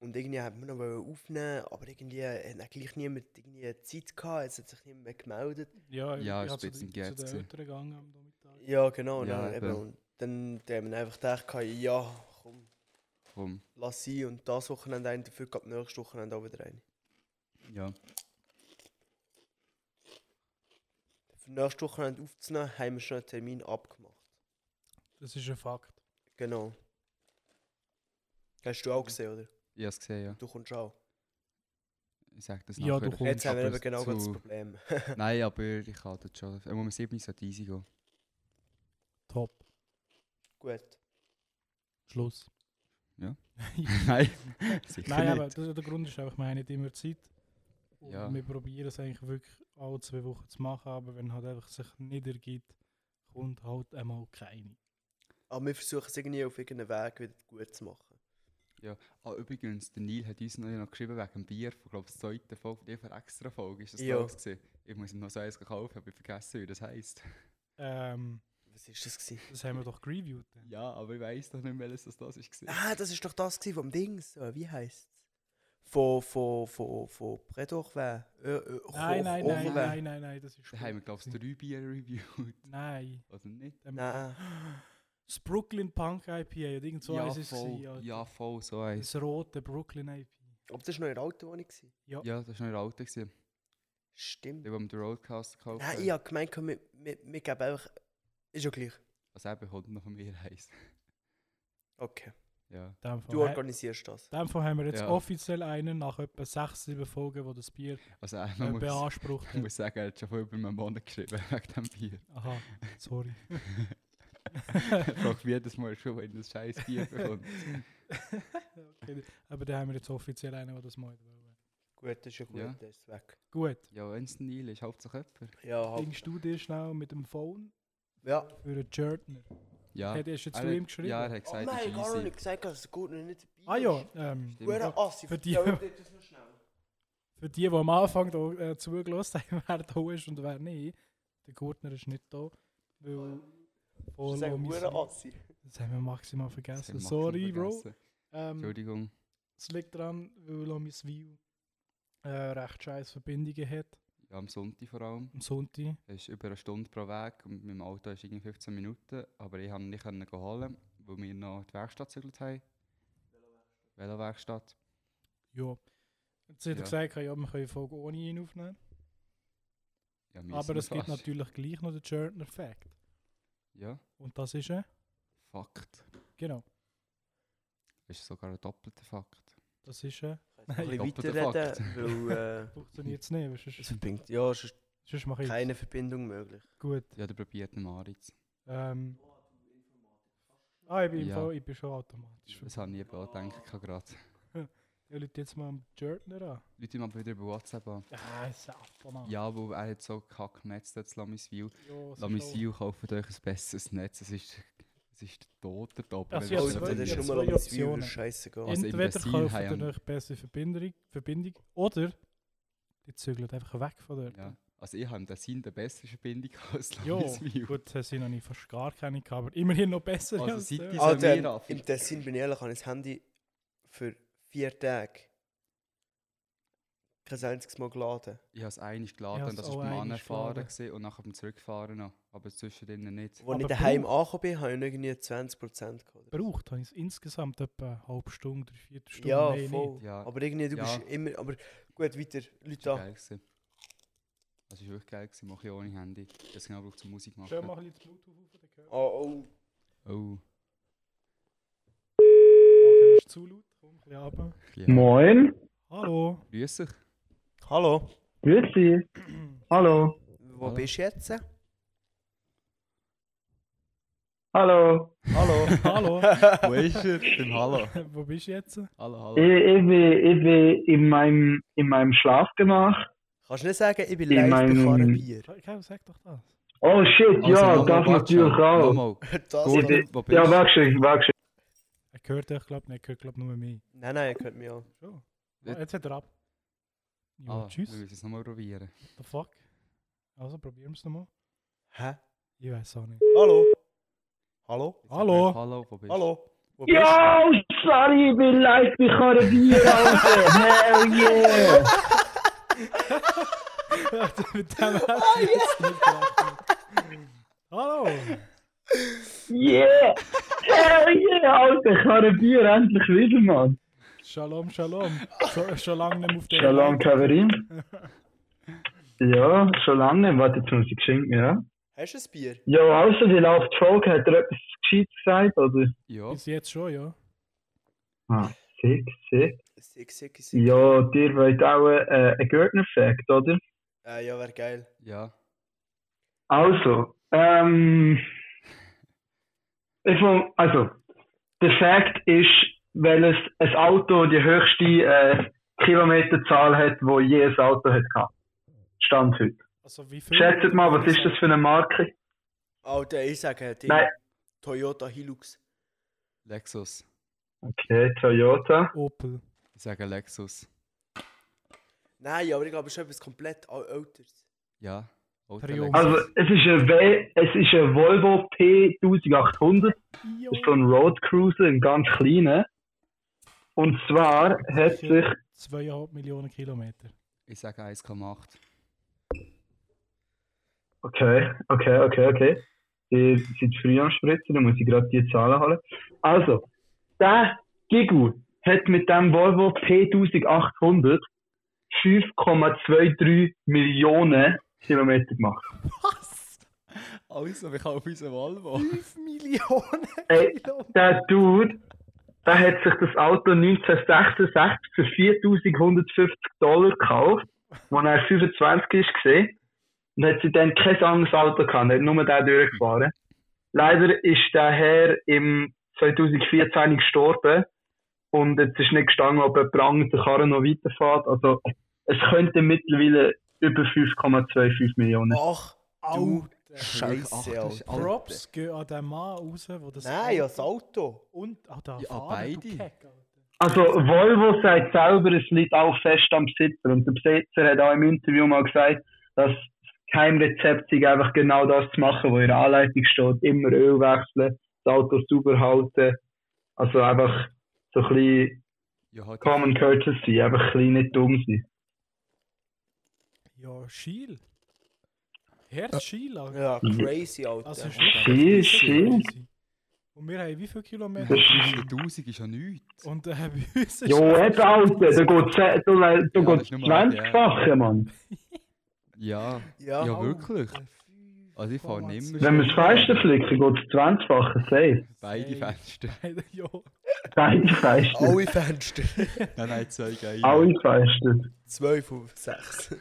Speaker 3: Und irgendwie hat man noch wollen aufnehmen, aber irgendwie hat dann gleich niemand irgendwie Zeit gehabt, es hat sich niemand mehr gemeldet.
Speaker 2: Ja,
Speaker 1: Ja, ist
Speaker 2: hab
Speaker 1: ein
Speaker 2: zu
Speaker 1: bisschen
Speaker 2: den- zu
Speaker 1: jetzt
Speaker 2: den
Speaker 1: gewesen.
Speaker 2: Eltern gegangen am Nachmittag.
Speaker 3: Ja, genau.
Speaker 1: Ja,
Speaker 3: dann, eben.
Speaker 1: eben.
Speaker 3: Und dann, dann haben wir einfach gedacht, gehabt, ja, komm,
Speaker 1: Komm,
Speaker 3: lass sein. Und das Wochenende einen, dafür gab nächstes Wochenende auch wieder einen.
Speaker 1: ja.
Speaker 3: Für nächste Wochenende aufzunehmen, haben wir schon einen Termin abgemacht.
Speaker 2: Das ist ein Fakt.
Speaker 3: Genau. Hast du auch gesehen, oder?
Speaker 1: Ich habe es gesehen, ja.
Speaker 3: Du kommst auch.
Speaker 1: Ich sage das
Speaker 2: Ja,
Speaker 1: nachher.
Speaker 2: du kommst.
Speaker 3: Jetzt haben wir
Speaker 1: aber
Speaker 3: eben genau
Speaker 1: zu-
Speaker 3: das Problem.
Speaker 1: Nein, aber ich kann dort schon. Er muss um 7 Uhr sollte easy gehen.
Speaker 2: Top.
Speaker 3: Gut.
Speaker 2: Schluss.
Speaker 1: Ja. Nein, sicher
Speaker 2: Nein, aber
Speaker 1: nicht.
Speaker 2: der, der Grund ist einfach, wir haben nicht immer Zeit. Und
Speaker 1: Ja.
Speaker 2: wir probieren es eigentlich wirklich alle zwei Wochen zu machen, aber wenn halt einfach sich nicht ergibt, kommt halt einmal keine.
Speaker 3: Aber wir versuchen es irgendwie auf irgendeinen Weg wieder gut zu machen.
Speaker 1: Ah, übrigens, der Neil hat uns noch, noch geschrieben wegen dem Bier. Ich glaube, die zweite Folge, die von extra Folge ist das
Speaker 3: Ja.
Speaker 1: ja. gewesen. Ich muss ihm noch so eins kaufen, habe ich vergessen, wie das heisst.
Speaker 2: Ähm,
Speaker 3: Was war das? Gewesen?
Speaker 2: das haben wir doch gereviewt. dann.
Speaker 1: Ja, aber ich weiß doch nicht mehr, dass das das war.
Speaker 3: Ah, das war doch das gewesen vom Dings. Äh, Wie heisst es? Von, von, von, von Predorven. Äh, äh,
Speaker 2: Nein, nein, nein,
Speaker 1: Ohren.
Speaker 2: nein, nein, nein, das ist
Speaker 1: Da haben wir, glaube ich,
Speaker 2: später gewesen.
Speaker 1: drei Bier reviewed,
Speaker 2: Nein.
Speaker 1: oder nicht?
Speaker 2: dann-
Speaker 3: Nein.
Speaker 2: Das Brooklyn Punk IPA oder irgend so
Speaker 1: ja,
Speaker 2: eins ist es.
Speaker 1: voll,
Speaker 2: gewesen, Alter.
Speaker 1: ja, voll, so eins.
Speaker 2: Das rote Brooklyn IPA.
Speaker 3: Aber das war noch in der alten Wohnung. gewesen.
Speaker 1: Ja, das war noch der alte, gewesen,
Speaker 3: Stimmt.
Speaker 1: der am den Roadcast gekauft
Speaker 3: Nein, ich habe gemeint, wir, wir, wir geben einfach... Ist ja gleich.
Speaker 1: Also eben, kommt noch mehr eins.
Speaker 3: Okay.
Speaker 1: Ja,
Speaker 2: In dem Fall,
Speaker 3: Du
Speaker 2: he-
Speaker 3: organisierst das.
Speaker 2: in dem Fall haben wir jetzt
Speaker 1: Ja.
Speaker 2: offiziell einen nach etwa sechs, sieben Folgen, wo das Bier
Speaker 1: also äh,
Speaker 2: äh,
Speaker 1: man muss,
Speaker 2: beansprucht
Speaker 1: man
Speaker 2: hat.
Speaker 1: muss sagen, er hat schon vor über einem Monat geschrieben, wegen dem Bier.
Speaker 2: Aha, sorry.
Speaker 1: Er fragt jedes Mal schon, wenn er ein scheiß Bier bekommt.
Speaker 2: Okay, Aber da haben wir jetzt offiziell einen, der das macht.
Speaker 3: Gut, das ist ja gut.
Speaker 1: Ja.
Speaker 3: Das ist weg.
Speaker 2: Gut,
Speaker 1: Ja, wenn es ein Neil ist, hauptsächlich jemand.
Speaker 3: Ja, halt.
Speaker 2: bringst du dir schnell mit dem Phone
Speaker 3: ja.
Speaker 2: für einen Journal.
Speaker 1: Ja.
Speaker 2: Hat er jetzt
Speaker 1: Er
Speaker 2: zu ihm
Speaker 1: hat-
Speaker 2: geschrieben? Oh
Speaker 1: Ja, er hat gesagt,
Speaker 3: nein,
Speaker 1: es
Speaker 3: gar
Speaker 1: ist
Speaker 3: noch
Speaker 1: easy.
Speaker 3: nicht gesagt, dass es gut noch nicht dabei
Speaker 2: Ah ja, ähm,
Speaker 1: Stimmt.
Speaker 3: Guter Assi,
Speaker 2: Für die-
Speaker 3: erzähl dir das noch schnell.
Speaker 2: für die, die am Anfang da, äh, zugelassen haben, wer da ist und wer nicht. Der Gurtner ist nicht da,
Speaker 3: Äh,
Speaker 2: weil...
Speaker 3: Ich
Speaker 2: Follow
Speaker 3: sage,
Speaker 2: my
Speaker 3: guter Assi.
Speaker 2: Das haben wir maximal
Speaker 1: Das
Speaker 2: vergessen.
Speaker 1: haben wir
Speaker 2: Sorry,
Speaker 1: maximal
Speaker 2: Bro.
Speaker 1: vergessen.
Speaker 2: Ähm,
Speaker 1: Entschuldigung.
Speaker 2: es liegt daran, weil Lomis View äh, recht scheiß Verbindungen hat.
Speaker 1: Ja, am Sonntag vor allem.
Speaker 2: Am Sonntag.
Speaker 1: Es ist über eine Stunde pro Weg und mit dem Auto ist irgendwie 15 Minuten. Aber ich konnte ihn nicht können gehen holen, weil wir noch die Werkstatt gezügelt haben. Velowerkstatt.
Speaker 2: Ja. Jetzt hat er
Speaker 1: Ja.
Speaker 2: gesagt, ja, wir können die Folge ohne ihn aufnehmen.
Speaker 1: Ja, müssen
Speaker 2: Aber
Speaker 1: wir
Speaker 2: es gibt
Speaker 1: fast.
Speaker 2: natürlich gleich noch den Journal-Fact.
Speaker 1: Ja,
Speaker 2: Und das ist er.
Speaker 1: Fakt.
Speaker 2: Genau.
Speaker 1: Ist sogar ein doppelter Fakt.
Speaker 2: Das ist er.
Speaker 3: Ein
Speaker 1: Nein.
Speaker 3: bisschen
Speaker 1: Doppelter
Speaker 3: weiterreden, weil
Speaker 2: Funktioniert es nicht. weil
Speaker 3: äh, es
Speaker 2: Sonst,
Speaker 3: verbindet. Ja, es ist
Speaker 2: sonst mache ich
Speaker 3: keine Verbindung möglich.
Speaker 2: Gut.
Speaker 1: Ja, der probiert den Maritz.
Speaker 2: Ähm, ah, ich bin, im
Speaker 1: Ja.
Speaker 2: Fall, ich bin schon automatisch.
Speaker 1: Das habe ich eben auch gedacht gerade. gerade.
Speaker 2: Ja, Leute, jetzt mal am Journal an.
Speaker 1: Leute ihm aber wieder über WhatsApp an.
Speaker 2: Ah, ist abgefahren.
Speaker 1: Ja, wo er hat so kacknetzt jetzt
Speaker 2: Ja,
Speaker 1: Lamiswil.
Speaker 2: es ist auch-
Speaker 1: Lamiswil kauft euch ein besseres Netz. Es ist, es ist tot, der Doppel.
Speaker 2: Also, Ja,
Speaker 3: Oh,
Speaker 2: zwei-
Speaker 3: das
Speaker 2: ja,
Speaker 3: ist
Speaker 2: zwei
Speaker 3: nur mal ein
Speaker 2: Optionen.
Speaker 3: Zwiebel, scheißegal.
Speaker 1: Also
Speaker 2: Entweder
Speaker 1: Imbezil
Speaker 2: kauft
Speaker 1: haben-
Speaker 2: ihr euch bessere Verbindung, Verbindung oder die zügelt einfach weg von dort.
Speaker 1: Ja. Also ich habe den Sinn der besseren Verbindung als
Speaker 2: Jo,
Speaker 1: Lamiswil.
Speaker 2: gut, das sind noch nicht fast gar keine, gehabt, aber immerhin noch besser.
Speaker 1: Also
Speaker 2: als
Speaker 1: seit
Speaker 2: dort.
Speaker 1: ich-
Speaker 3: Also,
Speaker 1: sollen wir
Speaker 3: ähm,
Speaker 1: anfangen?
Speaker 3: im Tessin bin ich ehrlich, habe ich das Handy für vier Tage kein einziges Mal geladen.
Speaker 1: Ich habe es einmal geladen
Speaker 2: Ich
Speaker 1: und das
Speaker 2: habe es
Speaker 1: war
Speaker 2: auch
Speaker 1: beim
Speaker 2: einmal
Speaker 1: Anfahren
Speaker 2: geladen.
Speaker 1: gewesen und nachher beim Zurückfahren noch. Aber zwischendrin nicht.
Speaker 3: Als ich
Speaker 2: Aber
Speaker 3: daheim angekommen bin, habe ich noch irgendwie 20% gehabt.
Speaker 2: Braucht habe ich es insgesamt etwa eine halbe Stunde, drei, vier Stunden.
Speaker 3: Ja,
Speaker 2: mehr
Speaker 3: voll.
Speaker 2: nicht.
Speaker 1: Ja,
Speaker 3: Aber irgendwie, du
Speaker 1: Ja.
Speaker 3: bist immer. Aber gut, weiter, Leute
Speaker 1: das war
Speaker 3: da.
Speaker 1: geil. Gewesen. Das war wirklich geil, gewesen. mache ich ohne Handy. Das genau braucht zum Musik
Speaker 2: Schau mal
Speaker 1: machen.
Speaker 2: ein bisschen das Bluetooth auf, dann hören wir.
Speaker 3: Oh, oh.
Speaker 1: Oh,
Speaker 2: Okay, das ist zu laut. Komm, ein bisschen runter.
Speaker 1: ja.
Speaker 4: Moin.
Speaker 2: Hallo.
Speaker 1: Grüß dich.
Speaker 3: Hallo,
Speaker 4: Grüß dich. Hallo.
Speaker 3: wo
Speaker 1: Hallo.
Speaker 3: bist du jetzt?
Speaker 4: Hallo.
Speaker 3: Hallo.
Speaker 2: Hallo.
Speaker 1: Wo ist er? Beim Hallo.
Speaker 2: Wo bist du jetzt?
Speaker 1: Hallo,
Speaker 4: Ich,
Speaker 1: hallo.
Speaker 4: ich, bin, ich bin in meinem, in meinem Schlafgemach.
Speaker 3: Kannst du nicht sagen, ich bin
Speaker 4: Ich
Speaker 3: live
Speaker 4: mein-
Speaker 3: befahren Bier?
Speaker 2: Kein, sag doch das.
Speaker 4: Oh shit, ja,
Speaker 1: Also noch mal
Speaker 4: das natürlich
Speaker 1: Batsche.
Speaker 4: auch.
Speaker 1: Nochmal.
Speaker 3: Das
Speaker 1: Gut,
Speaker 3: noch-
Speaker 1: wo bist
Speaker 4: Ja,
Speaker 1: du?
Speaker 4: warte, warte.
Speaker 2: Er hört dich, glaube ich, nicht. Er hört, glaube ich, nur mich.
Speaker 3: Nein, nein, ihr könnt mich an.
Speaker 2: Schon.
Speaker 1: Jetzt-
Speaker 2: Jetzt hat er ab. Ja,
Speaker 1: Ah,
Speaker 2: tschüss.
Speaker 1: Wir müssen es nochmal probieren.
Speaker 2: The fuck? Also, probieren wir es nochmal.
Speaker 3: Hä?
Speaker 2: Ich weiß auch nicht.
Speaker 3: Hallo? Hallo?
Speaker 1: Jetzt
Speaker 2: Hallo?
Speaker 1: sag mir, Hallo, wo bist du?
Speaker 3: Hallo? Wo bist
Speaker 4: Ja, oh, sorry, ich bin live bei Karabier, Alter. Hell yeah.
Speaker 2: Mit dem hätte ich jetzt nicht gerechnet. Hallo!
Speaker 4: Yeah. Hell yeah, Alter. Karabier, endlich wieder, Mann.
Speaker 2: Shalom, shalom. So, schon lange nicht mehr auf der
Speaker 4: Schon lange
Speaker 2: Welt.
Speaker 4: Kaverin. Ja, schon lange. Warte, jetzt muss ich geschenkt, ja.
Speaker 3: Hast du ein Bier?
Speaker 4: Ja, also, wie läuft die Folge? Hat er etwas Gescheites gesagt, oder?
Speaker 1: Ja,
Speaker 2: Bis jetzt schon, ja.
Speaker 4: Ah, sick, sick.
Speaker 3: Sick, sick, sick.
Speaker 4: Ja, dir wollt auch äh, einen Gürtner-Fact, oder?
Speaker 3: Äh, ja, wäre geil.
Speaker 1: ja.
Speaker 4: Also, ähm, ich fand, also, der Fact ist, weil es ein Auto die höchste äh, Kilometerzahl hat, wo je ein Auto hat gehabt. Stand heute.
Speaker 2: Also, wie viel?
Speaker 4: Schätzt mal, was ist das für eine Marke?
Speaker 3: Alter, ich sage dir.
Speaker 4: Nein.
Speaker 3: Toyota Hilux.
Speaker 1: Lexus.
Speaker 4: Okay, Toyota.
Speaker 2: Opel.
Speaker 1: Ich sage Lexus.
Speaker 3: Nein, aber ich glaube, es ist etwas komplett al- älteres.
Speaker 1: Ja. Alter
Speaker 2: Triumph.
Speaker 1: Lexus.
Speaker 4: Also, es ist ein, w es ist ein Volvo P1800.
Speaker 2: Jo.
Speaker 4: Das ist so ein Roadcruiser, ein ganz kleiner. Und zwar hat sich,
Speaker 2: Sicher 2,5 Millionen Kilometer.
Speaker 1: Ich sage 1,8.
Speaker 4: Okay, okay, okay, okay. Ihr seid früh am Spritzen, dann muss ich gerade die Zahlen holen. Also, der Gigu hat mit dem Volvo P1800 5,23 Millionen Kilometer gemacht.
Speaker 2: Was?
Speaker 1: Also, wir kaufen unseren Volvo.
Speaker 2: 5 Millionen
Speaker 4: Ey.
Speaker 2: Kilometer?
Speaker 4: Der Dude, der hat sich das Auto 1966 für 4150 Dollar gekauft, als er 25 ist gesehen und hat seitdem kein anderes Auto gehabt, er hat nur den durchgefahren. Leider ist der Herr im 2014 gestorben und jetzt ist nicht gestanden, ob er prangend der Karre noch weiterfährt. Also es könnte mittlerweile über 5,25 Millionen.
Speaker 3: Ach, du
Speaker 1: Scheiße,
Speaker 3: Scheiße,
Speaker 1: Alter.
Speaker 3: Alter.
Speaker 2: Props gehen an den Mann raus, wo das.
Speaker 3: Nein, ja, das
Speaker 2: Auto-
Speaker 3: Auto.
Speaker 2: Und ah, an den
Speaker 1: Ja,
Speaker 2: Fahrer,
Speaker 1: beide.
Speaker 2: du Keck, Alter.
Speaker 4: Also Volvo sagt selber, es liegt auch fest am Besitzer. Und der Besitzer hat auch im Interview mal gesagt, dass das Geheimrezept sei, einfach genau das zu machen, wo in der Anleitung steht. Immer Öl wechseln, das Auto sauber halten. Also einfach so ein bisschen
Speaker 1: Ja, halt
Speaker 4: Common Courtesy, einfach ein bisschen nicht dumm sein.
Speaker 2: Ja, Schiel. Herz Schiel, Alter.
Speaker 3: Ja, crazy, Alter.
Speaker 2: Also, es ist
Speaker 4: Schiel,
Speaker 2: wirklich
Speaker 4: Schiel.
Speaker 2: crazy. Und wir haben wie viele Kilometer?
Speaker 4: Das ist-
Speaker 1: 1000 ist ja nichts.
Speaker 2: Und äh, bei uns ist.
Speaker 4: Jo, eben, Alter, da geht ze- da le- da
Speaker 1: Ja, das
Speaker 4: geht's
Speaker 1: ist nur mal-
Speaker 4: 20-fache, Mann.
Speaker 1: Ja,
Speaker 3: Ja,
Speaker 1: Ja, wirklich.
Speaker 3: Alter,
Speaker 1: also ich fahre
Speaker 2: 5,2.
Speaker 1: nicht mehr.
Speaker 4: Wenn wir das Fenster flicken, geht's 20-fache, safe.
Speaker 1: Beide
Speaker 2: Safe.
Speaker 1: Fenster.
Speaker 2: jo.
Speaker 4: Beide Fenster.
Speaker 3: Alle Fenster.
Speaker 1: Nein, nein, zwei geil.
Speaker 4: Alle Fenster.
Speaker 3: 12 auf 6.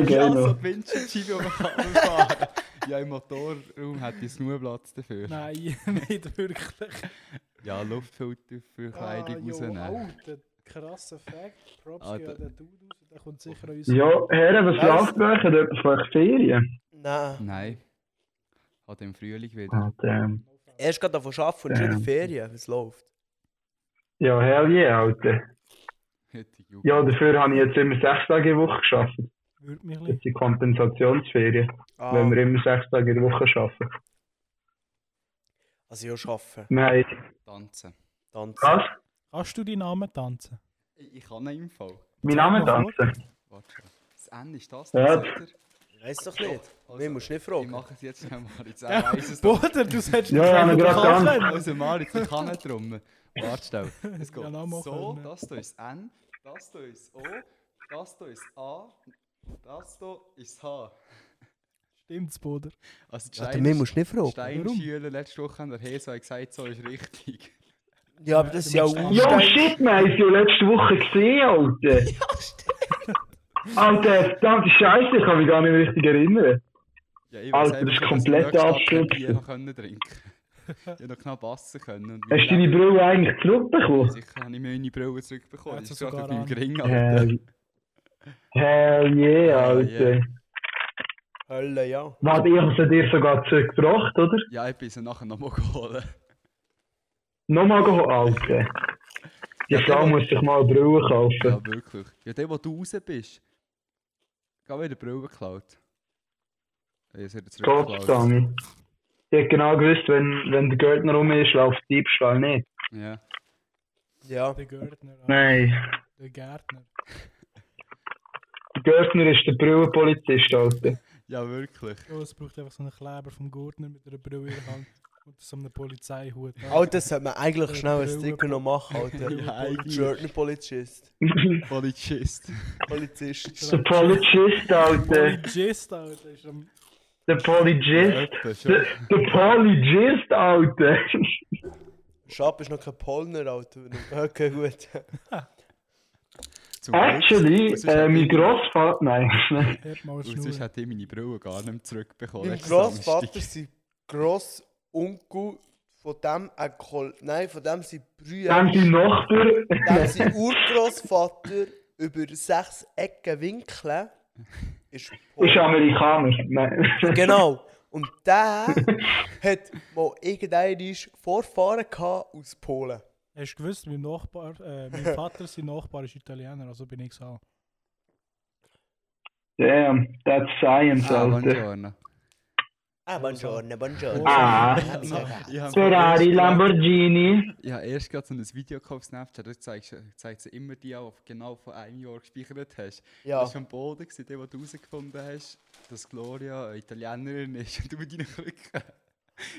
Speaker 1: Ja,
Speaker 4: Gamer.
Speaker 1: so die Windschutzscheibe, die man kann fahren Ja, im Motorraum hätte ich nur Platz dafür.
Speaker 2: Nein, nicht wirklich. Ah,
Speaker 1: Ja, Luftfilter für
Speaker 3: Ah,
Speaker 1: Kleidung rausnehmen.
Speaker 2: Alter, krasser Fact. Props
Speaker 1: Ah,
Speaker 2: gehen
Speaker 1: da-
Speaker 2: an den Dude raus. Der kommt sicher an uns.
Speaker 4: Ja, Herren, was
Speaker 3: Weiss-
Speaker 4: läuft bei euch? Hat jemand von euch Ferien?
Speaker 3: Nein.
Speaker 1: Nein. Hat im Frühling wieder.
Speaker 4: Ah, damn.
Speaker 3: Erst gerade davon arbeiten und
Speaker 4: Ähm.
Speaker 3: schon in die Ferien. Was läuft?
Speaker 4: Ja, hell yeah, Alter.
Speaker 1: Die Jugend.
Speaker 4: Ja, dafür habe ich jetzt immer sechs Tage in der Woche geschafft.
Speaker 2: Würde mich ein
Speaker 4: Das
Speaker 2: bisschen.
Speaker 4: sind Kompensationsferien,
Speaker 3: Ah,
Speaker 4: wenn wir immer sechs Tage in der Woche arbeiten.
Speaker 3: also ja, arbeiten.
Speaker 4: Wir haben...
Speaker 1: Tanzen.
Speaker 3: Tanzen.
Speaker 4: Was?
Speaker 2: Kannst du deinen Namen tanzen?
Speaker 1: Ich ich kann einen Fall.
Speaker 4: Mein Name
Speaker 2: Sag mal
Speaker 4: tanzen?
Speaker 1: Warte schon. Das N ist das,
Speaker 4: Ja.
Speaker 1: das oder?
Speaker 3: Ich Weiss doch nicht.
Speaker 1: Also,
Speaker 3: Mir musst du nicht
Speaker 1: Ich
Speaker 3: fragen.
Speaker 1: mache es jetzt schnell, Maritz. Er
Speaker 2: Ja,
Speaker 1: weiss es doch.
Speaker 2: Bruder, du solltest
Speaker 4: Ja,
Speaker 2: dich
Speaker 4: ja,
Speaker 2: einfach
Speaker 4: gerade ganz.
Speaker 2: ankennen.
Speaker 1: Also Maritz, ich kann nicht drum. Warte schnell. Es geht
Speaker 2: Ja, noch mal
Speaker 1: so,
Speaker 2: können.
Speaker 1: das hier ist N, das hier ist O, das hier ist A, das hier ist H.
Speaker 2: Stimmt's, Bruder?
Speaker 1: Also die
Speaker 3: Warte, mir musst du nicht fragen.
Speaker 1: Steinschüler letzte Woche an der HESO hat gesagt, so ist richtig.
Speaker 3: Ja, aber das ist ja auch
Speaker 2: Ja,
Speaker 4: Jo,
Speaker 3: Ausstein-
Speaker 4: shit, wir haben sie ja letzte Woche gesehen, Alter. Alter, verdammte Scheiße, ich kann mich gar nicht mehr richtig erinnern.
Speaker 1: Ja, ich
Speaker 4: Alter,
Speaker 1: weiss einfach,
Speaker 4: das ist
Speaker 1: dass ich
Speaker 4: kompletter
Speaker 1: nächste Stadt
Speaker 4: Absturz.
Speaker 1: kein Bier noch können trinken. Ich habe noch knapp Wasser können. Und
Speaker 4: Hast du deine Brille eigentlich zurückbekommen?
Speaker 1: Sicher habe ich meine Brille zurückbekommen.
Speaker 2: Ja,
Speaker 1: Das
Speaker 2: jetzt
Speaker 1: ist gerade
Speaker 2: sogar
Speaker 1: auf meinem
Speaker 2: an.
Speaker 1: Gring, Alter.
Speaker 4: Hell, hell yeah, Alter.
Speaker 1: yeah.
Speaker 3: Hölle, ja.
Speaker 4: Warte, ich habe sie dir sogar zurückgebracht, oder?
Speaker 1: Ja, ich bin sie nachher nochmal geholt.
Speaker 4: Nochmal geholt, Alter. Die
Speaker 1: Ja, der-
Speaker 4: Frau muss sich mal eine Brille kaufen.
Speaker 1: Ja, wirklich. Ja, der, wo du raus bist, geh wieder die Brille geklaut. Ja, Jetzt wird er
Speaker 4: Gott,
Speaker 1: zurückgeklaut.
Speaker 4: Dami. Die hat genau gewusst, wenn, wenn der Gürtner rum ist, läuft Diebstahl nicht.
Speaker 1: Ja.
Speaker 3: Ja.
Speaker 2: Der Gärtner. ah,
Speaker 4: Nein.
Speaker 2: Der Gärtner.
Speaker 4: Der Gürtner ist der Brillenpolizist, Alter.
Speaker 1: ja, wirklich.
Speaker 2: Ja, Oh, es braucht einfach so einen Kleber vom Gärtner mit einer Brille in der Hand und so einem Polizeihut. Ah,
Speaker 3: Alter, das sollte man eigentlich schnell einen
Speaker 2: Brille-
Speaker 3: Sticker noch machen, Alter.
Speaker 1: Ja, eigentlich.
Speaker 3: Journey-Polizist.
Speaker 4: der
Speaker 1: Polizist.
Speaker 3: Polizist.
Speaker 4: Polizist, Alter.
Speaker 2: Polizist, Alter. Ist am
Speaker 4: Der
Speaker 1: Ja,
Speaker 4: Polizist.
Speaker 1: etwa schon.
Speaker 4: Der, der Polizist, Alter.
Speaker 3: Schab ist noch kein Polner, Alter. Okay, gut.
Speaker 1: Zum Glück.
Speaker 4: Actually,
Speaker 1: Sonst hätte
Speaker 4: äh, mein
Speaker 1: ich-
Speaker 4: Grossvater... Nein, nein.
Speaker 2: Hört mal
Speaker 1: Und halt sonst
Speaker 2: Schnur.
Speaker 1: hätte ich meine Brille gar nicht mehr zurückbekommen.
Speaker 3: Mein
Speaker 1: letzten Samstag.
Speaker 3: Grossvater sein Grossonkel, von dem ein Kol Nein, von dem sind Brüder.
Speaker 4: Dann sein Nachbar...
Speaker 3: Dem sein Urgrossvater über sechs Ecken winkeln. Ist
Speaker 1: Oh.
Speaker 4: ist
Speaker 3: Polner.
Speaker 4: Amerikaner. Nein.
Speaker 3: Genau. Und der hat mal irgendein Vorfahren gehabt aus Polen.
Speaker 2: Hast du gewusst, mein Nachbar, äh, mein Vater, sein Nachbar ist Italiener, also bin ich auch.
Speaker 4: Damn, that's science,
Speaker 1: Ah,
Speaker 4: Alter.
Speaker 1: buongiorno.
Speaker 3: Ah, buongiorno, buongiorno.
Speaker 4: Ah.
Speaker 1: Also, Ich habe
Speaker 4: Ferrari,
Speaker 1: erst grad-
Speaker 4: Lamborghini.
Speaker 1: Ich habe erst gerade so ein Video gehabt auf Snapchat, da zeigst du- zeigt sie immer die, an, die du genau vor einem Jahr gespeichert hast.
Speaker 3: Ja.
Speaker 1: Das war am Boden, gewesen, der, wo du herausgefunden hast, dass Gloria eine Italienerin ist und du mit deinen Krücken.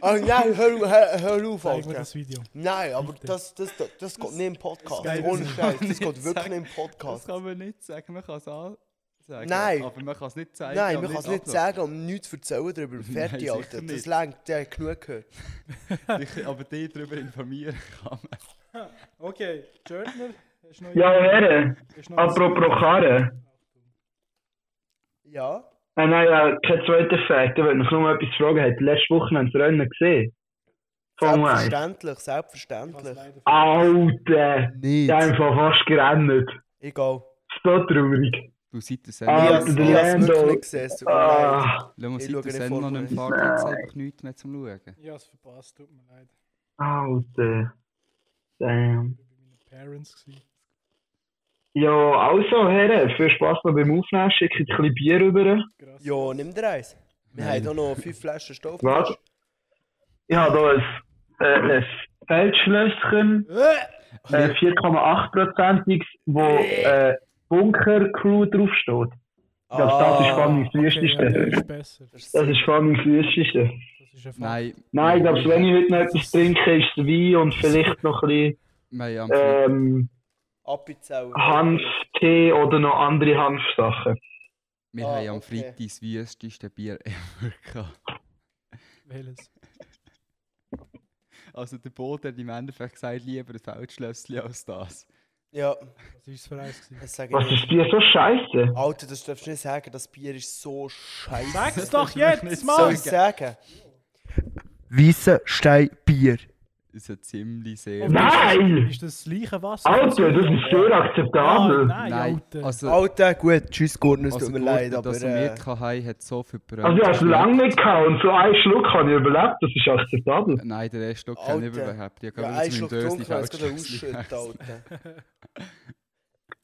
Speaker 3: Oh nein, hör, hör, hör auf,
Speaker 2: Zeig mir
Speaker 3: Alter.
Speaker 2: das Video.
Speaker 3: Nein, aber
Speaker 2: Bitte.
Speaker 3: das, das, das, das geht nicht im Podcast.
Speaker 2: das-
Speaker 3: Ohne Scheiß, das
Speaker 1: nicht
Speaker 3: geht wirklich
Speaker 1: sagen.
Speaker 3: nicht im
Speaker 1: Das
Speaker 3: Podcast.
Speaker 1: kann man nicht sagen, man kann es ansagen.
Speaker 3: Nein.
Speaker 1: Aber man kann es nicht zeigen.
Speaker 3: Nein,
Speaker 1: und
Speaker 3: man kann es nicht
Speaker 1: uploaden.
Speaker 3: sagen und nichts erzählen darüber.
Speaker 1: Nein,
Speaker 3: Fertig,
Speaker 1: sicher
Speaker 3: Alter. Das
Speaker 1: nicht.
Speaker 3: längt, der hat genug gehört.
Speaker 1: Sicher, aber dich darüber informieren kann man.
Speaker 2: Okay, Gärtner, hast du noch
Speaker 4: Ja, also Herren.
Speaker 2: hast du noch ein
Speaker 4: Apropos Karre.
Speaker 3: Ja?
Speaker 4: Äh, nein, äh, kein zweiter Fact. Ich wollte noch nur etwas fragen. Hat letzte Woche ein Rennen gesehen? Formel 1.
Speaker 3: Selbstverständlich,
Speaker 2: Video? Was
Speaker 3: selbstverständlich.
Speaker 2: leider-
Speaker 4: Alter! Ich
Speaker 3: Nicht.
Speaker 4: habe einfach fast gerannt.
Speaker 3: Egal.
Speaker 4: So traurig.
Speaker 1: Du seid der
Speaker 4: Ah,
Speaker 3: Ich
Speaker 1: Sender.
Speaker 3: hab's-
Speaker 4: der
Speaker 3: ich hab's
Speaker 4: Lando.
Speaker 3: wirklich nicht gesehen, es tut mir leid.
Speaker 4: Ah,
Speaker 1: Lass mal
Speaker 3: Ich
Speaker 1: seit
Speaker 3: schaue
Speaker 1: der
Speaker 3: nicht
Speaker 1: Sender
Speaker 3: Formel
Speaker 1: nicht
Speaker 3: eins.
Speaker 1: mehr fährt, gibt es einfach nichts mehr zum Schauen.
Speaker 2: Ich hab's verpasst, tut mir leid.
Speaker 4: Alter.
Speaker 2: Ich
Speaker 4: Damn.
Speaker 2: war bei meinen Parents. Gewesen.
Speaker 4: Ja, also, Herren, viel Spaß noch beim Aufnehmen. Schickt ein bisschen Bier rüber.
Speaker 2: Krass.
Speaker 3: Ja, nimm dir eins. Wir
Speaker 1: Nein.
Speaker 3: haben auch noch fünf Flaschen Stoff.
Speaker 4: Was? Ich habe hier ein, äh, ein Feldschlösschen.
Speaker 3: Ah.
Speaker 4: äh, 4,8%iges, wo äh, Bunker Crew draufsteht. Ich glaube, das ist vor allem das
Speaker 2: Okay, ja,
Speaker 4: Wüsteste.
Speaker 2: das ist besser.
Speaker 3: Das ist
Speaker 4: Das ist vor allem das Wüsteste.
Speaker 2: Das Das ist ein Fakt.
Speaker 1: Nein,
Speaker 4: Nein, ich glaube, wenn ich heute noch etwas trinke, ist es Wein und vielleicht noch ein bisschen
Speaker 1: wir haben am
Speaker 4: ähm,
Speaker 3: Apizell.
Speaker 4: Hanftee oder noch andere Hanfsachen.
Speaker 1: Wir
Speaker 3: Ah,
Speaker 1: haben am
Speaker 3: okay.
Speaker 1: Freitag das wüsteste Bier ever gehabt.
Speaker 2: Welches?
Speaker 1: Also der Boden hat im Endeffekt gesagt, lieber ein Feldschlössli als das.
Speaker 3: Ja,
Speaker 2: Was war es für eins? gewesen?
Speaker 3: das sage
Speaker 4: Was
Speaker 3: ich
Speaker 4: ist
Speaker 3: nicht.
Speaker 4: Bier so scheiße?
Speaker 3: Alter, das darfst du nicht sagen, das Bier ist so scheiße.
Speaker 2: Sag's
Speaker 1: doch
Speaker 2: doch
Speaker 1: darfst du jetzt, wirklich
Speaker 2: jetzt,
Speaker 1: nicht
Speaker 3: Soll
Speaker 2: Mann!
Speaker 1: Mann!
Speaker 3: ich sagen? Weisse Steinbier.
Speaker 1: Das ist ein ziemlich
Speaker 2: Oh
Speaker 1: sehr...
Speaker 4: Nein!
Speaker 2: Ist das das gleiche Wasser?
Speaker 4: Alter, das ist sehr
Speaker 2: Ah,
Speaker 4: akzeptabel.
Speaker 2: nein, Alter.
Speaker 1: also,
Speaker 3: Alter, gut, tschüss Gordon, es
Speaker 1: also
Speaker 3: tut mir
Speaker 1: gut,
Speaker 3: leid, aber...
Speaker 1: dass
Speaker 3: äh,
Speaker 1: er mit haben, hat so viel Brand.
Speaker 4: Also ich habe es lange nicht gehabt und so einen Schluck habe ich überlebt, das ist akzeptabel.
Speaker 1: Nein, der erste Schluck kann ich
Speaker 3: Alter.
Speaker 1: überhaupt. Ich
Speaker 3: ja,
Speaker 1: habe
Speaker 3: ein
Speaker 1: zu meinem
Speaker 3: Schluck
Speaker 1: Dösli
Speaker 3: getrunken, jetzt gerade
Speaker 1: Feldschlössli
Speaker 3: ausschütten,
Speaker 1: gegessen.
Speaker 3: Alter.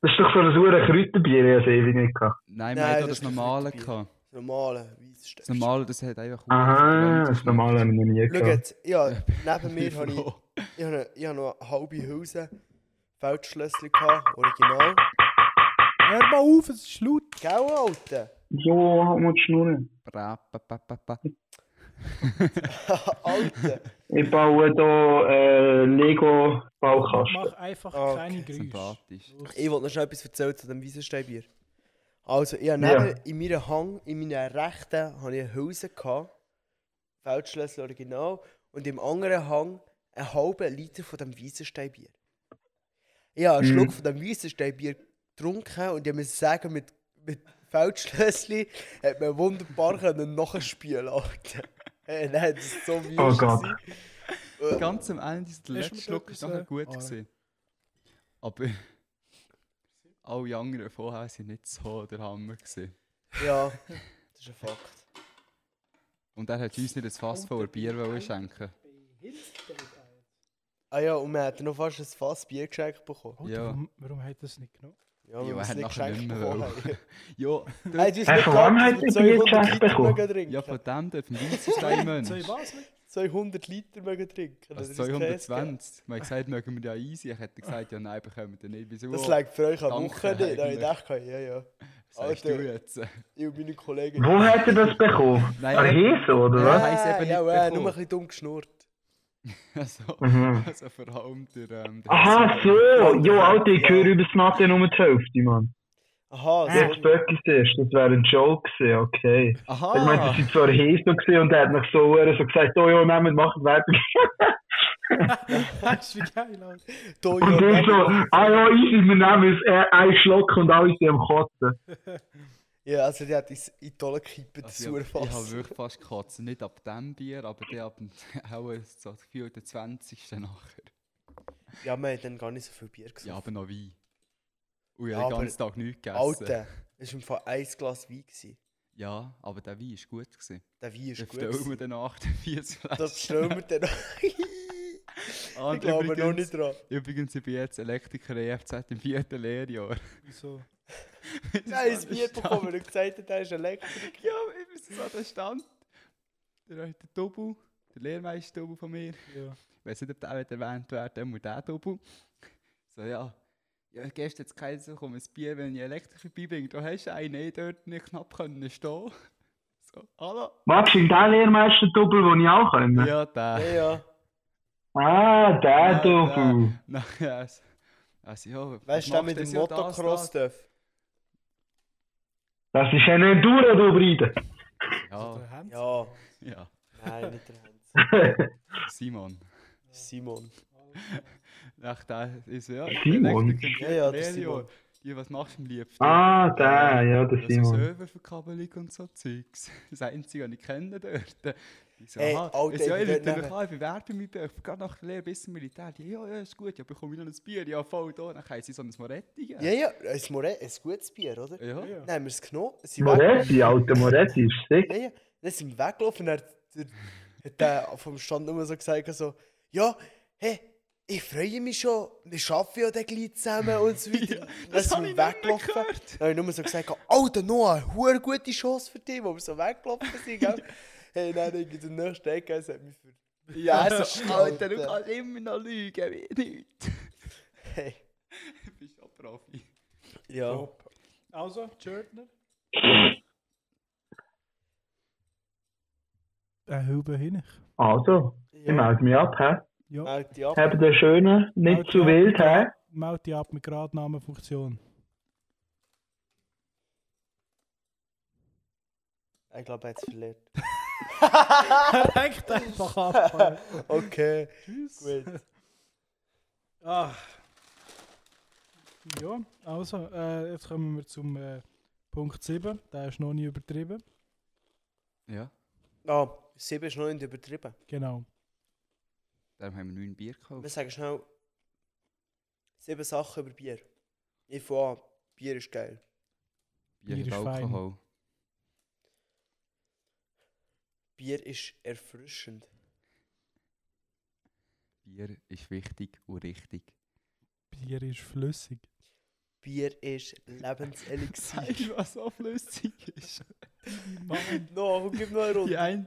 Speaker 4: Das ist doch so ein sauer Kräuterbier, ich habe es ewig nicht gehabt.
Speaker 1: Nein,
Speaker 3: Nein,
Speaker 1: wir hatten
Speaker 3: das
Speaker 1: das
Speaker 3: ist kein
Speaker 1: normale
Speaker 3: Bier.
Speaker 1: gehabt.
Speaker 3: Normale, weisses
Speaker 1: Das
Speaker 3: Steinbier.
Speaker 1: normale, das hat einfach...
Speaker 4: Aha,
Speaker 1: verdammt
Speaker 4: das normale habe ich nie
Speaker 3: Schau
Speaker 4: gehabt.
Speaker 3: jetzt, ja, neben mir habe ich...
Speaker 1: Froh.
Speaker 3: Ich habe, ich habe noch eine halbe Hülse Feldschlössli gehabt, original.
Speaker 2: Hör mal auf, es ist laut.
Speaker 3: Gell, Alter?
Speaker 4: So hat man die Schnur.
Speaker 1: Bra, pa, pa, pa, pa.
Speaker 3: Alter!
Speaker 4: Ich baue hier äh, Lego Baukasten.
Speaker 2: Mach einfach
Speaker 1: Ah,
Speaker 3: Okay.
Speaker 2: keine Geräusche.
Speaker 1: Sympathisch.
Speaker 3: Ich wollte noch schnell etwas erzählen zu dem Wiesensteinbier. Also, ich habe
Speaker 4: Ja.
Speaker 3: neben, in meinem Hang, in meiner rechten, habe ich eine Hülse gehabt. Feldschlössli original. Und im anderen Hang einen halben Liter von dem Wiesensteinbier. Ich habe einen
Speaker 4: Mhm.
Speaker 3: Schluck von dem Wiesensteinbier getrunken und ich muss sagen, mit, mit Feldschlössli hat man wunderbar können nachspülen Alter. Äh, Nein, das ist so wild.
Speaker 4: Oh Gott.
Speaker 3: Äh,
Speaker 1: Ganz am Ende ist der
Speaker 2: Hast du
Speaker 1: letzte
Speaker 2: mir
Speaker 1: Schluck
Speaker 2: etwas,
Speaker 1: ist nachher
Speaker 2: äh,
Speaker 1: gut
Speaker 2: ah, ja.
Speaker 1: gewesen. Aber alle anderen vorher sind nicht so der Hammer gewesen.
Speaker 3: Ja, das ist ein Fakt.
Speaker 1: Und er hat uns nicht ein Fass voller Bier wollen schenken.
Speaker 3: Ah ja, und wir hätten noch fast ein Fass Bier geschenkt bekommen.
Speaker 2: Alter,
Speaker 1: Ja.
Speaker 2: warum, warum hat er das nicht genommen?
Speaker 3: Ja, weil
Speaker 1: Ja,
Speaker 3: wir es
Speaker 1: hat
Speaker 3: nicht
Speaker 1: nachher
Speaker 3: geschenkt
Speaker 1: nicht mehr
Speaker 3: bekommen
Speaker 1: wollen.
Speaker 3: haben.
Speaker 1: Ja,
Speaker 3: Er hat uns
Speaker 4: Äh,
Speaker 3: nicht
Speaker 4: von wann
Speaker 3: gesagt,
Speaker 4: hat
Speaker 3: dass
Speaker 4: er Bier
Speaker 3: wir 200
Speaker 4: geschenkt
Speaker 3: Liter
Speaker 4: bekommen?
Speaker 3: mögen trinken.
Speaker 1: ja von dem dort, vom Weizenstein
Speaker 2: Soll ich
Speaker 1: Mensch.
Speaker 2: was nicht?
Speaker 3: 200 Liter mögen trinken.
Speaker 1: Also
Speaker 3: hat er uns gesagt.
Speaker 1: 220. Man hat gesagt, mögen wir ja easy. Ich hätte gesagt, ja nein, bekommen wir den nicht. Wieso?
Speaker 3: Das lag für euch am
Speaker 1: Danke
Speaker 3: Wochenende. Da habe ich
Speaker 1: eigentlich.
Speaker 3: gedacht, ja, ja.
Speaker 1: Sagst
Speaker 3: Alter.
Speaker 1: du jetzt.
Speaker 3: Ich und meine Kollegen.
Speaker 4: Wo hat er das bekommen?
Speaker 1: Nein,
Speaker 4: An
Speaker 1: er-
Speaker 4: Hese, oder was?
Speaker 1: Haben sie eben
Speaker 3: ja,
Speaker 1: nicht
Speaker 3: ja,
Speaker 1: bekommen.
Speaker 3: nur ein bisschen dumm geschnurrt.
Speaker 1: Also,
Speaker 4: Mhm.
Speaker 1: also vor allem der... Ähm, der
Speaker 4: Aha, so! Jo, Alter, ich höre über das Mathe nur die Hälfte, Mann.
Speaker 3: Aha,
Speaker 4: Ich hab's
Speaker 3: sorry.
Speaker 4: Böckis erst, das wäre ein Joke gewesen, okay. Ich meine,
Speaker 1: Aha!
Speaker 4: das war zwar Hese gewesen und er hat mich so, äh, so gesagt, oh ja, nehmen wir machen weiter.
Speaker 2: Das ist wie geil, Alter.
Speaker 3: Da, ja,
Speaker 4: Und ich
Speaker 3: nein,
Speaker 4: so, ah ja, easy, wir nehmen es, äh, einen Schluck und alle sind am Kotzen.
Speaker 3: Ja, also die hat uns in die Tolle gekippt, das
Speaker 1: Also,
Speaker 3: also,
Speaker 1: ich ich habe
Speaker 3: Surfass.
Speaker 1: wirklich fast gekotzt. Nicht ab dem Bier, aber der ab dem, auch so das Gefühl, der 20. nachher.
Speaker 3: Ja, wir haben dann gar nicht so viel Bier gesoffen.
Speaker 1: Ja, aber noch Wein. Und ich
Speaker 3: Ja,
Speaker 1: habe den
Speaker 3: aber-
Speaker 1: ganzen Tag nichts gegessen.
Speaker 3: Alter, das war im Fall ein Glas Wein. Gewesen.
Speaker 1: Ja, aber der Wein war gut. Gewesen.
Speaker 3: Der Wein
Speaker 1: Ich
Speaker 3: ist gut.
Speaker 1: bestelle
Speaker 3: gewesen.
Speaker 1: mir danach den 48 Flaschen.
Speaker 3: Das stellen wir dann
Speaker 1: Ah, und
Speaker 3: Ich glaube
Speaker 1: übrigens,
Speaker 3: noch nicht dran.
Speaker 1: Übrigens, ich bin jetzt Elektriker EFZ im vierten Lehrjahr.
Speaker 2: Wieso?
Speaker 3: Nein, das Bier bekommen, weil er gesagt hat, er ist Elektriker.
Speaker 1: Ja, ich bin so an den Stand. Der, der Double, der Lehrmeister Double von mir.
Speaker 2: Ja.
Speaker 1: weiß nicht, ob der auch erwähnt werden muss, der Double. So, ja. Ja, gestern jetzt keinen so komm, ein Bier, wenn ich Elektriker beibringe. Da hast du einen eh dort nicht knapp können stehen. So, hallo?
Speaker 4: Magst du den Lehrmeister-Doppel, den ich auch kann?
Speaker 1: Ja,
Speaker 3: Ja,
Speaker 1: der.
Speaker 3: ja.
Speaker 4: Ah, der
Speaker 1: Ja,
Speaker 4: Doppel.
Speaker 1: Nein, also, also, ja. was
Speaker 3: Weißt du, der
Speaker 1: machst
Speaker 3: mit dem
Speaker 1: das ja, das, das?
Speaker 3: Motocross darf.
Speaker 4: Das ist ein Enduro, du Breide.
Speaker 2: Also,
Speaker 1: Ah. Ja,
Speaker 2: der Hans?
Speaker 3: Ja,
Speaker 1: ja.
Speaker 3: nein, nicht der Hans.
Speaker 1: Simon.
Speaker 3: Simon.
Speaker 1: Nach der ist ja. ich bin
Speaker 4: Simon?
Speaker 1: Elektriker im
Speaker 3: Ja, ja, der
Speaker 1: vierten Lehrjahr.
Speaker 3: Simon.
Speaker 1: Die, was machst du am liebsten?
Speaker 4: Ah, der, ja,
Speaker 1: Ja,
Speaker 4: der
Speaker 1: so
Speaker 4: Simon.
Speaker 1: Serververkabelung und so Zeugs. Das Einzige, was ich kenne dort. Ich so,
Speaker 3: Ey,
Speaker 1: aha,
Speaker 3: Alter,
Speaker 1: ich so,
Speaker 3: ich
Speaker 1: ich
Speaker 3: bin
Speaker 1: rufe
Speaker 3: dort
Speaker 1: mich an, ich bewerbe mich, bei euch, gerade nach der Lehre bis zum Militär. Die, ja, ja, ist gut, ja, bekomme ich noch ein Bier, ja, voll da. Dann kann ich sie so ein Moretti geben.
Speaker 3: Ja, ja, ein, More ein gutes Bier, oder?
Speaker 1: Ja.
Speaker 2: Ja.
Speaker 3: Nein, wir haben es genommen. sind weg-
Speaker 4: Moretti, alter Moretti ist sick.
Speaker 3: Ja, ja. Dann sind wir weggelaufen und er hat der vom Stand immer so gesagt, so, ja, hey, ich freue mich schon, wir arbeiten ja dann gleich zusammen und so weiter.
Speaker 1: das hab ich
Speaker 3: dann sind
Speaker 1: nicht
Speaker 3: wir
Speaker 1: mehr
Speaker 3: weggelaufen. Dann
Speaker 1: gehört.
Speaker 3: habe ich nur so gesagt, Alter Noah, eine hure gute Chance für dich, wo wir so weggelaufen sind, gell? hey, nein, dann gibt es den nächsten Ecke, es hat mich für...
Speaker 1: Ja,
Speaker 3: Ja,
Speaker 1: so, Alter, du
Speaker 3: Alter.
Speaker 1: kannst immer noch lügen, wie nichts.
Speaker 3: Hey,
Speaker 1: Du bist ja Profi.
Speaker 3: ja.
Speaker 2: Top. Also, Jörgner? ein Hilbe hin.
Speaker 4: Also, ich melde mich ab. He.
Speaker 2: Ja,
Speaker 3: Meld dich Halt ab.
Speaker 4: Habt einen schönen, nicht
Speaker 2: Meld
Speaker 4: zu
Speaker 2: dich ab,
Speaker 4: wild. He.
Speaker 2: melde dich ab mit Gradnahmenfunktion.
Speaker 3: Ich glaube, er hat es verliert.
Speaker 2: Er hängt einfach ab. Alter.
Speaker 3: okay,
Speaker 2: Tschüss.
Speaker 3: gut.
Speaker 2: Ah. Ja, also, äh, jetzt kommen wir zum äh, Punkt 7. Der ist noch nie übertrieben.
Speaker 1: Ja,
Speaker 3: Ah, 7 ist noch nicht übertrieben.
Speaker 2: Genau.
Speaker 1: darum haben wir neun Bier gekauft.
Speaker 3: Wir sagen schnell sieben Sachen über Bier. Ich fange an, Bier ist geil.
Speaker 1: Bier
Speaker 2: Bier
Speaker 1: hat
Speaker 2: ist fein.
Speaker 1: Alkohol.
Speaker 3: Bier ist erfrischend.
Speaker 1: Bier ist wichtig und richtig.
Speaker 2: Bier ist flüssig.
Speaker 3: Bier ist Lebenselixier.
Speaker 1: Weißt du, was so flüssig ist?
Speaker 2: Mann.
Speaker 3: no, gib noch eine Runde.
Speaker 1: Die eine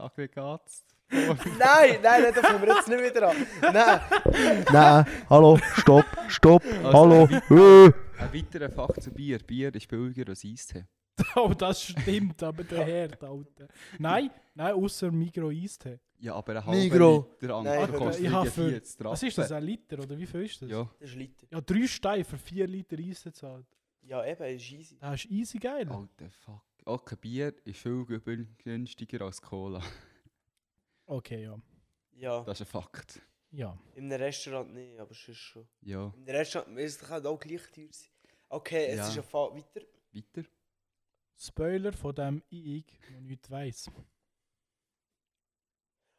Speaker 1: Aggregats.
Speaker 3: Nein, nein, nein, das fangen wir jetzt nicht wieder an. Nein. Nein, hallo, stopp, stopp,
Speaker 5: Also-
Speaker 3: halt.
Speaker 1: hallo. Ein weiterer Fakt zu Bier. Bier ist billiger als Eistee.
Speaker 2: Oh, das stimmt, aber der Herd, Alter. Nein, nein, außer Migro Eistee.
Speaker 1: Ja, aber ein
Speaker 3: Migros.
Speaker 1: halber Liter
Speaker 3: Nein,
Speaker 1: Anker kostet
Speaker 2: ich habe für-
Speaker 1: 40 Rappen.
Speaker 2: Was ist das, ein Liter oder wie viel ist das?
Speaker 1: Ja,
Speaker 3: Das ist Liter.
Speaker 2: Ja, drei Steine für vier Liter Eis gezahlt.
Speaker 3: Ja, eben, ist easy.
Speaker 2: Das ist easy geil.
Speaker 1: alter Fuck. Okay, Bier ist viel gü- günstiger als Cola.
Speaker 2: Okay, ja.
Speaker 3: Ja,
Speaker 1: Das ist ein Fakt.
Speaker 2: Ja.
Speaker 3: im Restaurant nicht, aber sonst schon.
Speaker 1: Ja,
Speaker 3: Im Restaurant es kann auch gleich teuer sein. Okay, es
Speaker 1: Ja.
Speaker 3: ist ein Fall weiter.
Speaker 1: weiter.
Speaker 2: Spoiler von dem ich, der nichts weiss.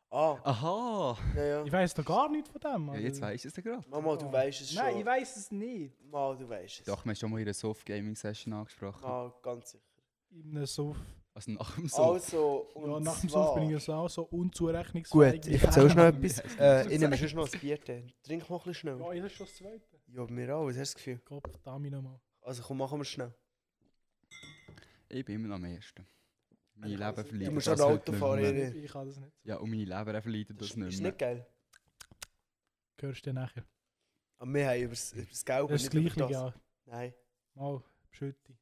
Speaker 3: Ah,
Speaker 1: Aha!
Speaker 3: ja, ja.
Speaker 2: Ich weiss doch gar nichts von dem.
Speaker 1: Ja,
Speaker 2: also-
Speaker 1: jetzt weisst du es ja gerade.
Speaker 3: Mama, du weißt es schon.
Speaker 2: Nein, ich weiss es nicht.
Speaker 3: Mal, du weißt es.
Speaker 1: Doch, wir haben schon mal in einer Soft-Gaming-Session angesprochen.
Speaker 3: Mal, ganz sicher.
Speaker 2: In einem Suff.
Speaker 1: Also nach dem Soft.
Speaker 3: Also, und
Speaker 2: ja, nach dem Suff
Speaker 3: zwar...
Speaker 2: bin ich so, auch so unzurechnungsfähig.
Speaker 3: Gut,
Speaker 2: wie
Speaker 3: ich
Speaker 2: der.
Speaker 3: erzähl schnell
Speaker 1: Wir
Speaker 3: etwas.
Speaker 1: haben es
Speaker 3: Äh, ich nehme schon noch ein Bier. dann. Trink mal ein bisschen schnell.
Speaker 2: Ja, ich ist schon das zweite.
Speaker 3: Ja, mir auch, was hast du das Gefühl?
Speaker 2: Kopf, da mich nochmal.
Speaker 3: Also komm, machen wir es schnell.
Speaker 1: Ich bin immer noch am ersten. Mein
Speaker 2: Ich
Speaker 1: Leben
Speaker 2: kann's nicht.
Speaker 1: verliert
Speaker 3: Du musst
Speaker 1: das
Speaker 3: auch noch
Speaker 1: heute
Speaker 3: Auto
Speaker 1: nicht
Speaker 3: fahren,
Speaker 1: mehr.
Speaker 3: Irene.
Speaker 2: Ich kann das nicht.
Speaker 1: Ja, und meine Leber verliert das
Speaker 3: ist,
Speaker 1: nicht
Speaker 3: ist
Speaker 1: mehr.
Speaker 3: nicht geil.
Speaker 2: Hörst du dir nachher.
Speaker 3: Aber wir haben über das, über das Gelbe,
Speaker 2: Das ist das
Speaker 3: nicht über
Speaker 2: gleiche, ja.
Speaker 3: Nein.
Speaker 2: Mal, Schütti.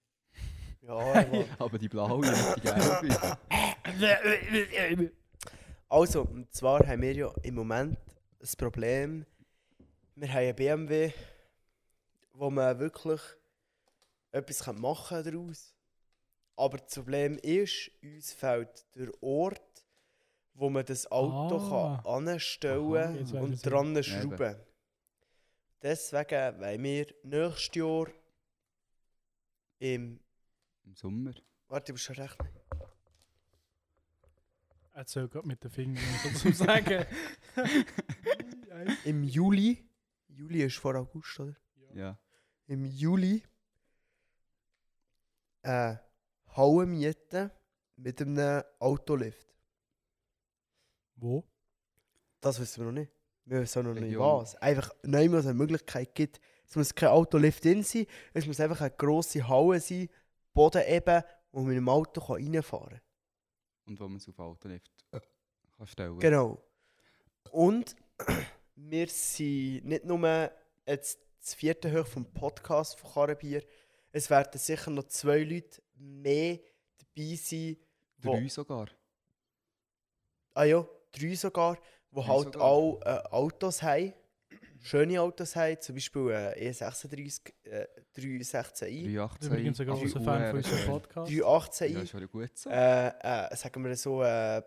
Speaker 3: Ja, ja.
Speaker 1: Aber die blaue und die gelbe.
Speaker 3: Also, und zwar haben wir ja im Moment das Problem, wir haben einen BMW, wo man wirklich etwas machen kann daraus. Aber das Problem ist, uns fehlt der Ort, wo man das Auto
Speaker 2: Ah.
Speaker 3: kann
Speaker 1: Aha,
Speaker 3: anstellen
Speaker 2: jetzt weiss ich's
Speaker 3: und
Speaker 2: wieder.
Speaker 1: Ja,
Speaker 3: dran
Speaker 1: eben.
Speaker 3: schrauben Deswegen wollen wir nächstes Jahr im...
Speaker 1: Im Sommer.
Speaker 3: Warte, du bist schon recht.
Speaker 2: Er zählt gerade mit den Fingern, um zu sagen.
Speaker 3: Im Juli... Juli ist vor August, oder?
Speaker 1: Ja.
Speaker 3: im Juli eine Halle mieten mit einem Autolift.
Speaker 2: Wo?
Speaker 3: Das wissen wir noch nicht. Wir wissen auch noch nicht
Speaker 1: Region.
Speaker 3: was. Einfach neu, was es eine Möglichkeit gibt. Es muss kein Autolift drin sein, es muss einfach eine grosse Halle sein, Boden eben, wo man mit dem Auto kann reinfahren kann.
Speaker 1: Und wo man es auf Auto lift kann stellen.
Speaker 3: Äh. Genau. Und wir sind nicht nur jetzt das vierte Hoch vom Podcast von Karabier, es werden sicher noch zwei Leute mehr dabei sein,
Speaker 1: Drei sogar.
Speaker 3: Ah ja, drei sogar, die
Speaker 1: Drei
Speaker 3: halt
Speaker 1: sogar.
Speaker 3: auch äh, Autos haben. Schöne Autos haben, zum Beispiel äh, E36, äh, 316i,
Speaker 1: 318.
Speaker 2: Übrigens ein großer Fan von unserem Podcast.
Speaker 3: 318i,
Speaker 1: Ja, ist schon gut so.
Speaker 3: äh, äh, sagen wir so, äh,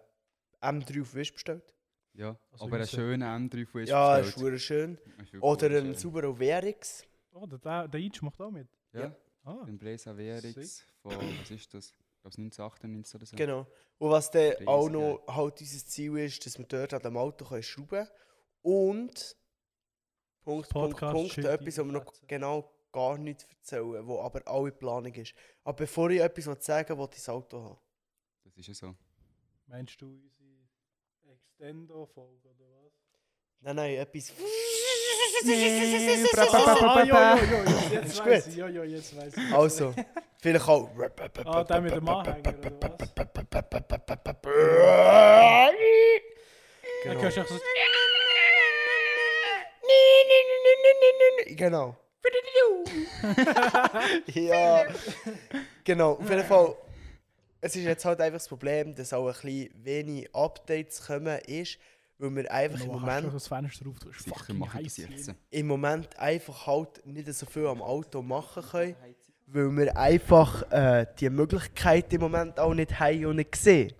Speaker 3: M3 auf Wish bestellt.
Speaker 1: Ja,
Speaker 2: Also
Speaker 1: aber ein
Speaker 2: unser-
Speaker 1: schöner M3 von uns
Speaker 3: ja, ist
Speaker 1: bestellt.
Speaker 3: wirklich schön.
Speaker 1: Ist wirklich
Speaker 3: Oder
Speaker 1: schön.
Speaker 3: ein Subaru VRX.
Speaker 2: Oh, der- der, der Itch macht auch mit.
Speaker 1: Ja,
Speaker 2: Ah,
Speaker 1: ein Blazer VRX
Speaker 2: Sick.
Speaker 1: von, was ist das? Ich glaube 1998 oder so.
Speaker 3: Genau. Und was dann
Speaker 1: Riesig,
Speaker 3: auch noch halt unser Ziel ist, dass wir dort an dem Auto können schrauben können. Und Punkt, Punkt,
Speaker 2: Podcast
Speaker 3: Punkt,
Speaker 2: schön
Speaker 3: etwas, was wir noch
Speaker 2: einschätzen.
Speaker 3: genau gar nicht erzählen, wo aber alle Planung ist. Aber bevor ich etwas will sagen will, ich das Auto haben.
Speaker 1: Das ist ja so.
Speaker 2: meinst du unsere Extendo-Folge oder was?
Speaker 3: Nein, nein, etwas.
Speaker 2: Ah, ja, ja, ja, ja,
Speaker 3: Ist
Speaker 2: jetzt
Speaker 3: gut.
Speaker 2: weiß ich. Ja, ja, jetzt weiß ich.
Speaker 3: Also, vielleicht auch.
Speaker 2: Ah, der mit dem Anhänger oder was? Dann
Speaker 3: Äh, Genau.
Speaker 2: hörst du auch so... Oh,
Speaker 3: Genau. ja. Genau, auf jeden Fall. Es ist jetzt halt einfach das Problem, dass auch ein bisschen wenig Updates kommen ist, weil wir einfach im
Speaker 2: Noah, kannst du
Speaker 3: Moment,
Speaker 2: das Fenster auf, du bist
Speaker 1: Sicher
Speaker 2: fucking
Speaker 1: mache ich das
Speaker 2: heiß
Speaker 1: jetzt.
Speaker 2: hier.
Speaker 3: im Moment einfach halt nicht so viel am Auto machen können, weil wir einfach äh, die Möglichkeit im Moment auch nicht haben und nicht sehen.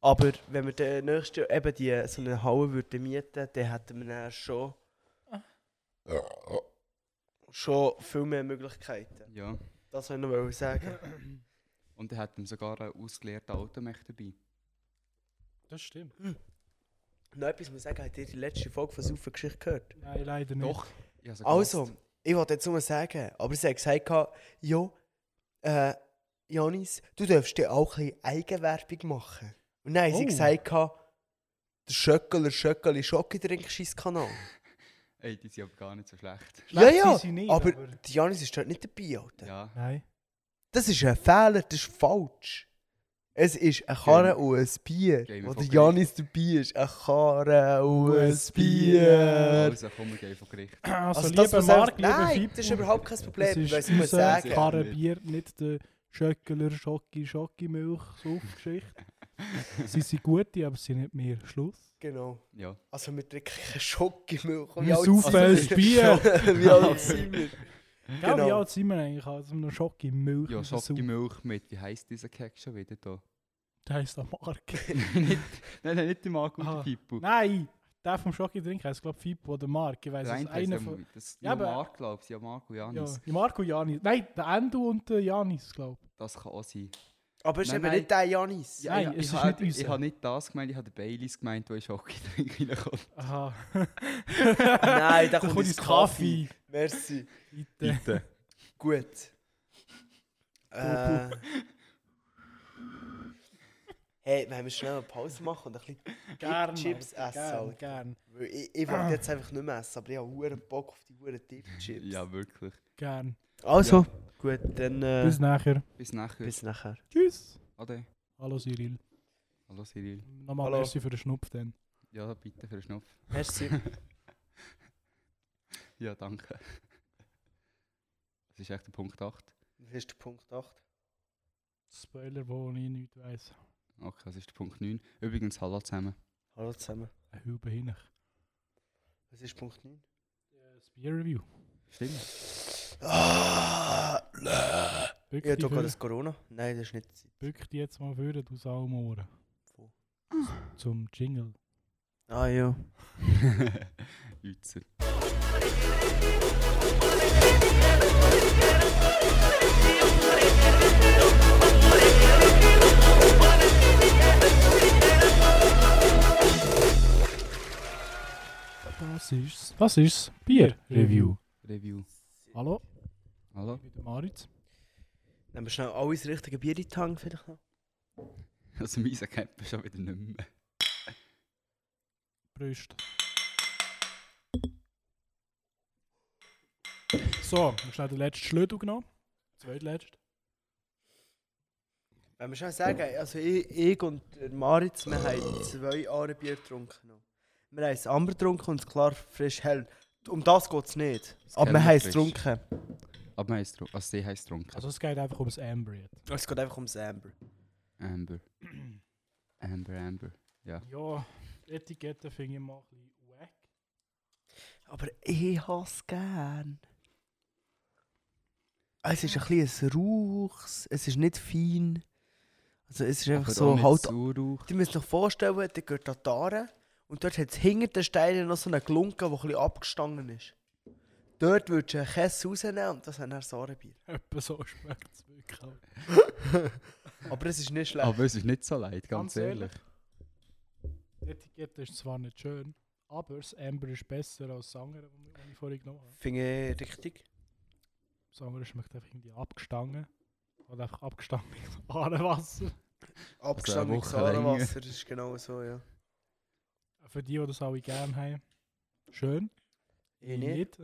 Speaker 3: Aber wenn wir den nächsten eben die, so eine Halle würden mieten, dann hätten wir dann schon, schon viel mehr Möglichkeiten.
Speaker 1: Ja.
Speaker 3: Das wollte ich noch sagen.
Speaker 1: Und er hat ihm sogar einen ausgeleerten Automech dabei.
Speaker 2: Das stimmt.
Speaker 3: Noch etwas muss ich sagen, habt ihr die letzte Folge von «Saufen Geschichte» gehört?
Speaker 2: Nein, leider nicht.
Speaker 1: Doch. Ich hab's ja
Speaker 3: Also,
Speaker 1: gehasst.
Speaker 3: ich wollte jetzt nur sagen, aber sie hat gesagt, gehabt, jo, äh, Janis, du darfst dir auch ein bisschen Eigenwerbung machen. Und dann haben sie
Speaker 2: Oh.
Speaker 3: gesagt, gehabt, der Schöckeler Schöckeli Schocke trinkst du Kanal.
Speaker 1: Ey, die sind aber gar nicht so schlecht.
Speaker 3: Ja,
Speaker 2: Schlecht sind
Speaker 3: ja,
Speaker 2: sie nicht,
Speaker 3: aber,
Speaker 2: aber-
Speaker 3: die Janis ist dort nicht dabei, Alter.
Speaker 1: Ja.
Speaker 2: Nein.
Speaker 3: Das ist ein Fehler, das ist falsch. Es ist eine Karre und ein Bier.
Speaker 1: Gehen wir
Speaker 3: Wo
Speaker 1: vor
Speaker 3: der
Speaker 1: Gericht.
Speaker 3: Janis dabei ist, eine Karre und ein Bier.
Speaker 1: Also komm, wir gehen vor Gericht.
Speaker 2: Also,
Speaker 3: das
Speaker 2: lieber
Speaker 3: muss einfach-
Speaker 2: Marc, lieber
Speaker 3: Nein,
Speaker 2: Fippo,
Speaker 3: das ist überhaupt kein
Speaker 2: das
Speaker 3: Problem, weil
Speaker 2: ist
Speaker 3: ich muss
Speaker 2: unser
Speaker 3: sagen.
Speaker 1: Kar-
Speaker 2: Karrenbier, nicht der Schöckeler Schocki Schocki Milch Suffgeschichte. sie sind gute, aber sie sind nicht mehr. Schluss.
Speaker 3: Genau.
Speaker 1: Ja.
Speaker 3: Also wir trinken keinen Schokimilch.
Speaker 2: Wir saufen ein Bier.
Speaker 3: Wie alt sind wir?
Speaker 2: Genau.
Speaker 3: Genau.
Speaker 2: Wie alt sind wir eigentlich? Also noch Schocki Milch.
Speaker 1: Ja,
Speaker 2: raus
Speaker 1: Schocke
Speaker 2: saufen.
Speaker 1: Milch mit, wie heisst dieser Keck schon wieder da?
Speaker 2: Der heisst auch Marc.
Speaker 1: nicht, nein, nein, nicht der Marco und
Speaker 2: Aha.
Speaker 1: der Fippo.
Speaker 2: Ah. Nein! Der vom Schocki trinken heisst, glaube ich, Fippo oder Marc. Ich weiß
Speaker 1: Der
Speaker 2: es.
Speaker 1: eine heisst
Speaker 2: Einer
Speaker 1: ja
Speaker 2: von.
Speaker 1: das
Speaker 2: Ja,
Speaker 1: ja,
Speaker 2: aber-
Speaker 1: Marco, glaube ich. Ja, Marco
Speaker 2: Ja,
Speaker 1: Janis.
Speaker 2: Marco Janis. Nein, der Endo und der Janis, glaube ich.
Speaker 1: Das kann auch sein.
Speaker 3: Aber es ist
Speaker 1: Nein,
Speaker 3: eben
Speaker 1: nein.
Speaker 3: nicht der Janis.
Speaker 2: Ja. Nein,
Speaker 1: ich,
Speaker 2: es
Speaker 1: ich
Speaker 2: ist
Speaker 1: habe-
Speaker 2: nicht unser.
Speaker 1: Ich habe nicht das gemeint, ich habe den Baileys gemeint, wo ich Schocke drin reinkomme.
Speaker 2: Aha.
Speaker 3: Nein, da
Speaker 2: Da
Speaker 3: kommt
Speaker 2: kommt
Speaker 3: uns
Speaker 2: uns Kaffee.
Speaker 3: Merci.
Speaker 2: Bitte.
Speaker 3: Gut. äh. Hey, wollen wir schnell eine Pause machen und ein bisschen
Speaker 2: Gern,
Speaker 3: Chips
Speaker 2: Alter,
Speaker 3: essen,
Speaker 2: Gern,
Speaker 3: Alter.
Speaker 2: gern,
Speaker 3: Weil Ich, ich wollte jetzt einfach nicht mehr essen, aber ich habe huren Bock auf die huren Dip-Chips.
Speaker 1: Ja, wirklich.
Speaker 2: gern.
Speaker 3: Also, gut, dann äh,
Speaker 2: Bis
Speaker 3: bis,
Speaker 2: nachher.
Speaker 1: Bis nachher.
Speaker 3: nachher.
Speaker 2: Tschüss.
Speaker 1: Ade.
Speaker 2: Hallo Cyril.
Speaker 1: Hallo Cyril.
Speaker 2: Nochmal
Speaker 3: Hallo.
Speaker 2: merci für den Schnupf dann.
Speaker 1: Ja, bitte für den Schnupf.
Speaker 3: Merci.
Speaker 1: Ja, danke. Das ist echt der Punkt 8.
Speaker 3: Das ist der Punkt 8.
Speaker 2: Spoiler, wo ich nichts weiss.
Speaker 1: Okay, das ist der Punkt 9. Übrigens, hallo zusammen.
Speaker 3: Hallo zusammen.
Speaker 2: Eine Hübe hin.
Speaker 3: Was ist Punkt 9?
Speaker 2: Das Beer Review.
Speaker 1: Stimmt.
Speaker 3: Ah, nein.
Speaker 2: Bück
Speaker 3: Ja,
Speaker 2: dich
Speaker 3: du
Speaker 2: vor-
Speaker 3: das Corona? Nein, das ist nicht.
Speaker 2: bück dich jetzt mal vor, du Saumohren.
Speaker 3: Wo?
Speaker 2: Zum Jingle.
Speaker 3: Ah ja.
Speaker 1: Üzer.
Speaker 2: Das ist's. Das ist's. Bier Review.
Speaker 1: Review.
Speaker 2: Hallo,
Speaker 1: Hallo?
Speaker 2: ich bin der Maritz.
Speaker 3: Nehmen wir schnell alles richtige Bier in die Hand vielleicht noch.
Speaker 1: Also, mein kennt man schon wieder nicht mehr.
Speaker 2: Brüst. So, ich habe den letzten Schlüssel genommen. Zweitletzt.
Speaker 3: Wenn wir schnell sagen, also ich, ich und der Maritz, wir haben zwei Aare Bier getrunken. noch. Wir haben es Amber getrunken und es klar frisch hell. Um das geht es nicht. Aber wir
Speaker 1: Keller
Speaker 3: haben es
Speaker 1: frisch.
Speaker 3: getrunken.
Speaker 1: Aber man heisst, also, sie heisst trunken.
Speaker 2: Also es geht einfach ums Amber jetzt.
Speaker 3: Es geht einfach ums Amber.
Speaker 1: Amber. Amber, Amber. Ja.
Speaker 2: Ja, die Etikette finde ich mal ein bisschen wack.
Speaker 3: Aber ich hasse es gern. Ah, Es ist ein bisschen ein Rauchs, es ist nicht fein. Also es ist einfach
Speaker 1: Aber auch
Speaker 3: so
Speaker 1: nicht
Speaker 3: halt
Speaker 1: sauer.
Speaker 3: Die müssen sich vorstellen, der gehört an die Aare und dort hat es hinter den Steinen noch so eine Glunke, die ein bisschen abgestanden ist. Dort würdest du einen Käse rausnehmen und das hat dann das Aarebier.
Speaker 2: Etwa so schmeckt es wirklich. auch.
Speaker 3: Aber es ist nicht schlecht.
Speaker 1: Aber es ist nicht so leid, ganz,
Speaker 2: Äh. Ganz
Speaker 1: ehrlich.
Speaker 2: ehrlich. Die Etikette ist zwar nicht schön, aber das Amber ist besser als das andere, das ich vorhin genommen habe.
Speaker 3: Finde ich richtig.
Speaker 2: Das andere schmeckt einfach irgendwie abgestangen. Oder einfach abgestangenes Ahnenwasser.
Speaker 3: Abgestandenes
Speaker 1: Woche länger.
Speaker 3: Aarenwasser, das ist genau so, ja.
Speaker 2: Für die, die das alle gerne haben. Schön.
Speaker 3: Ich nicht.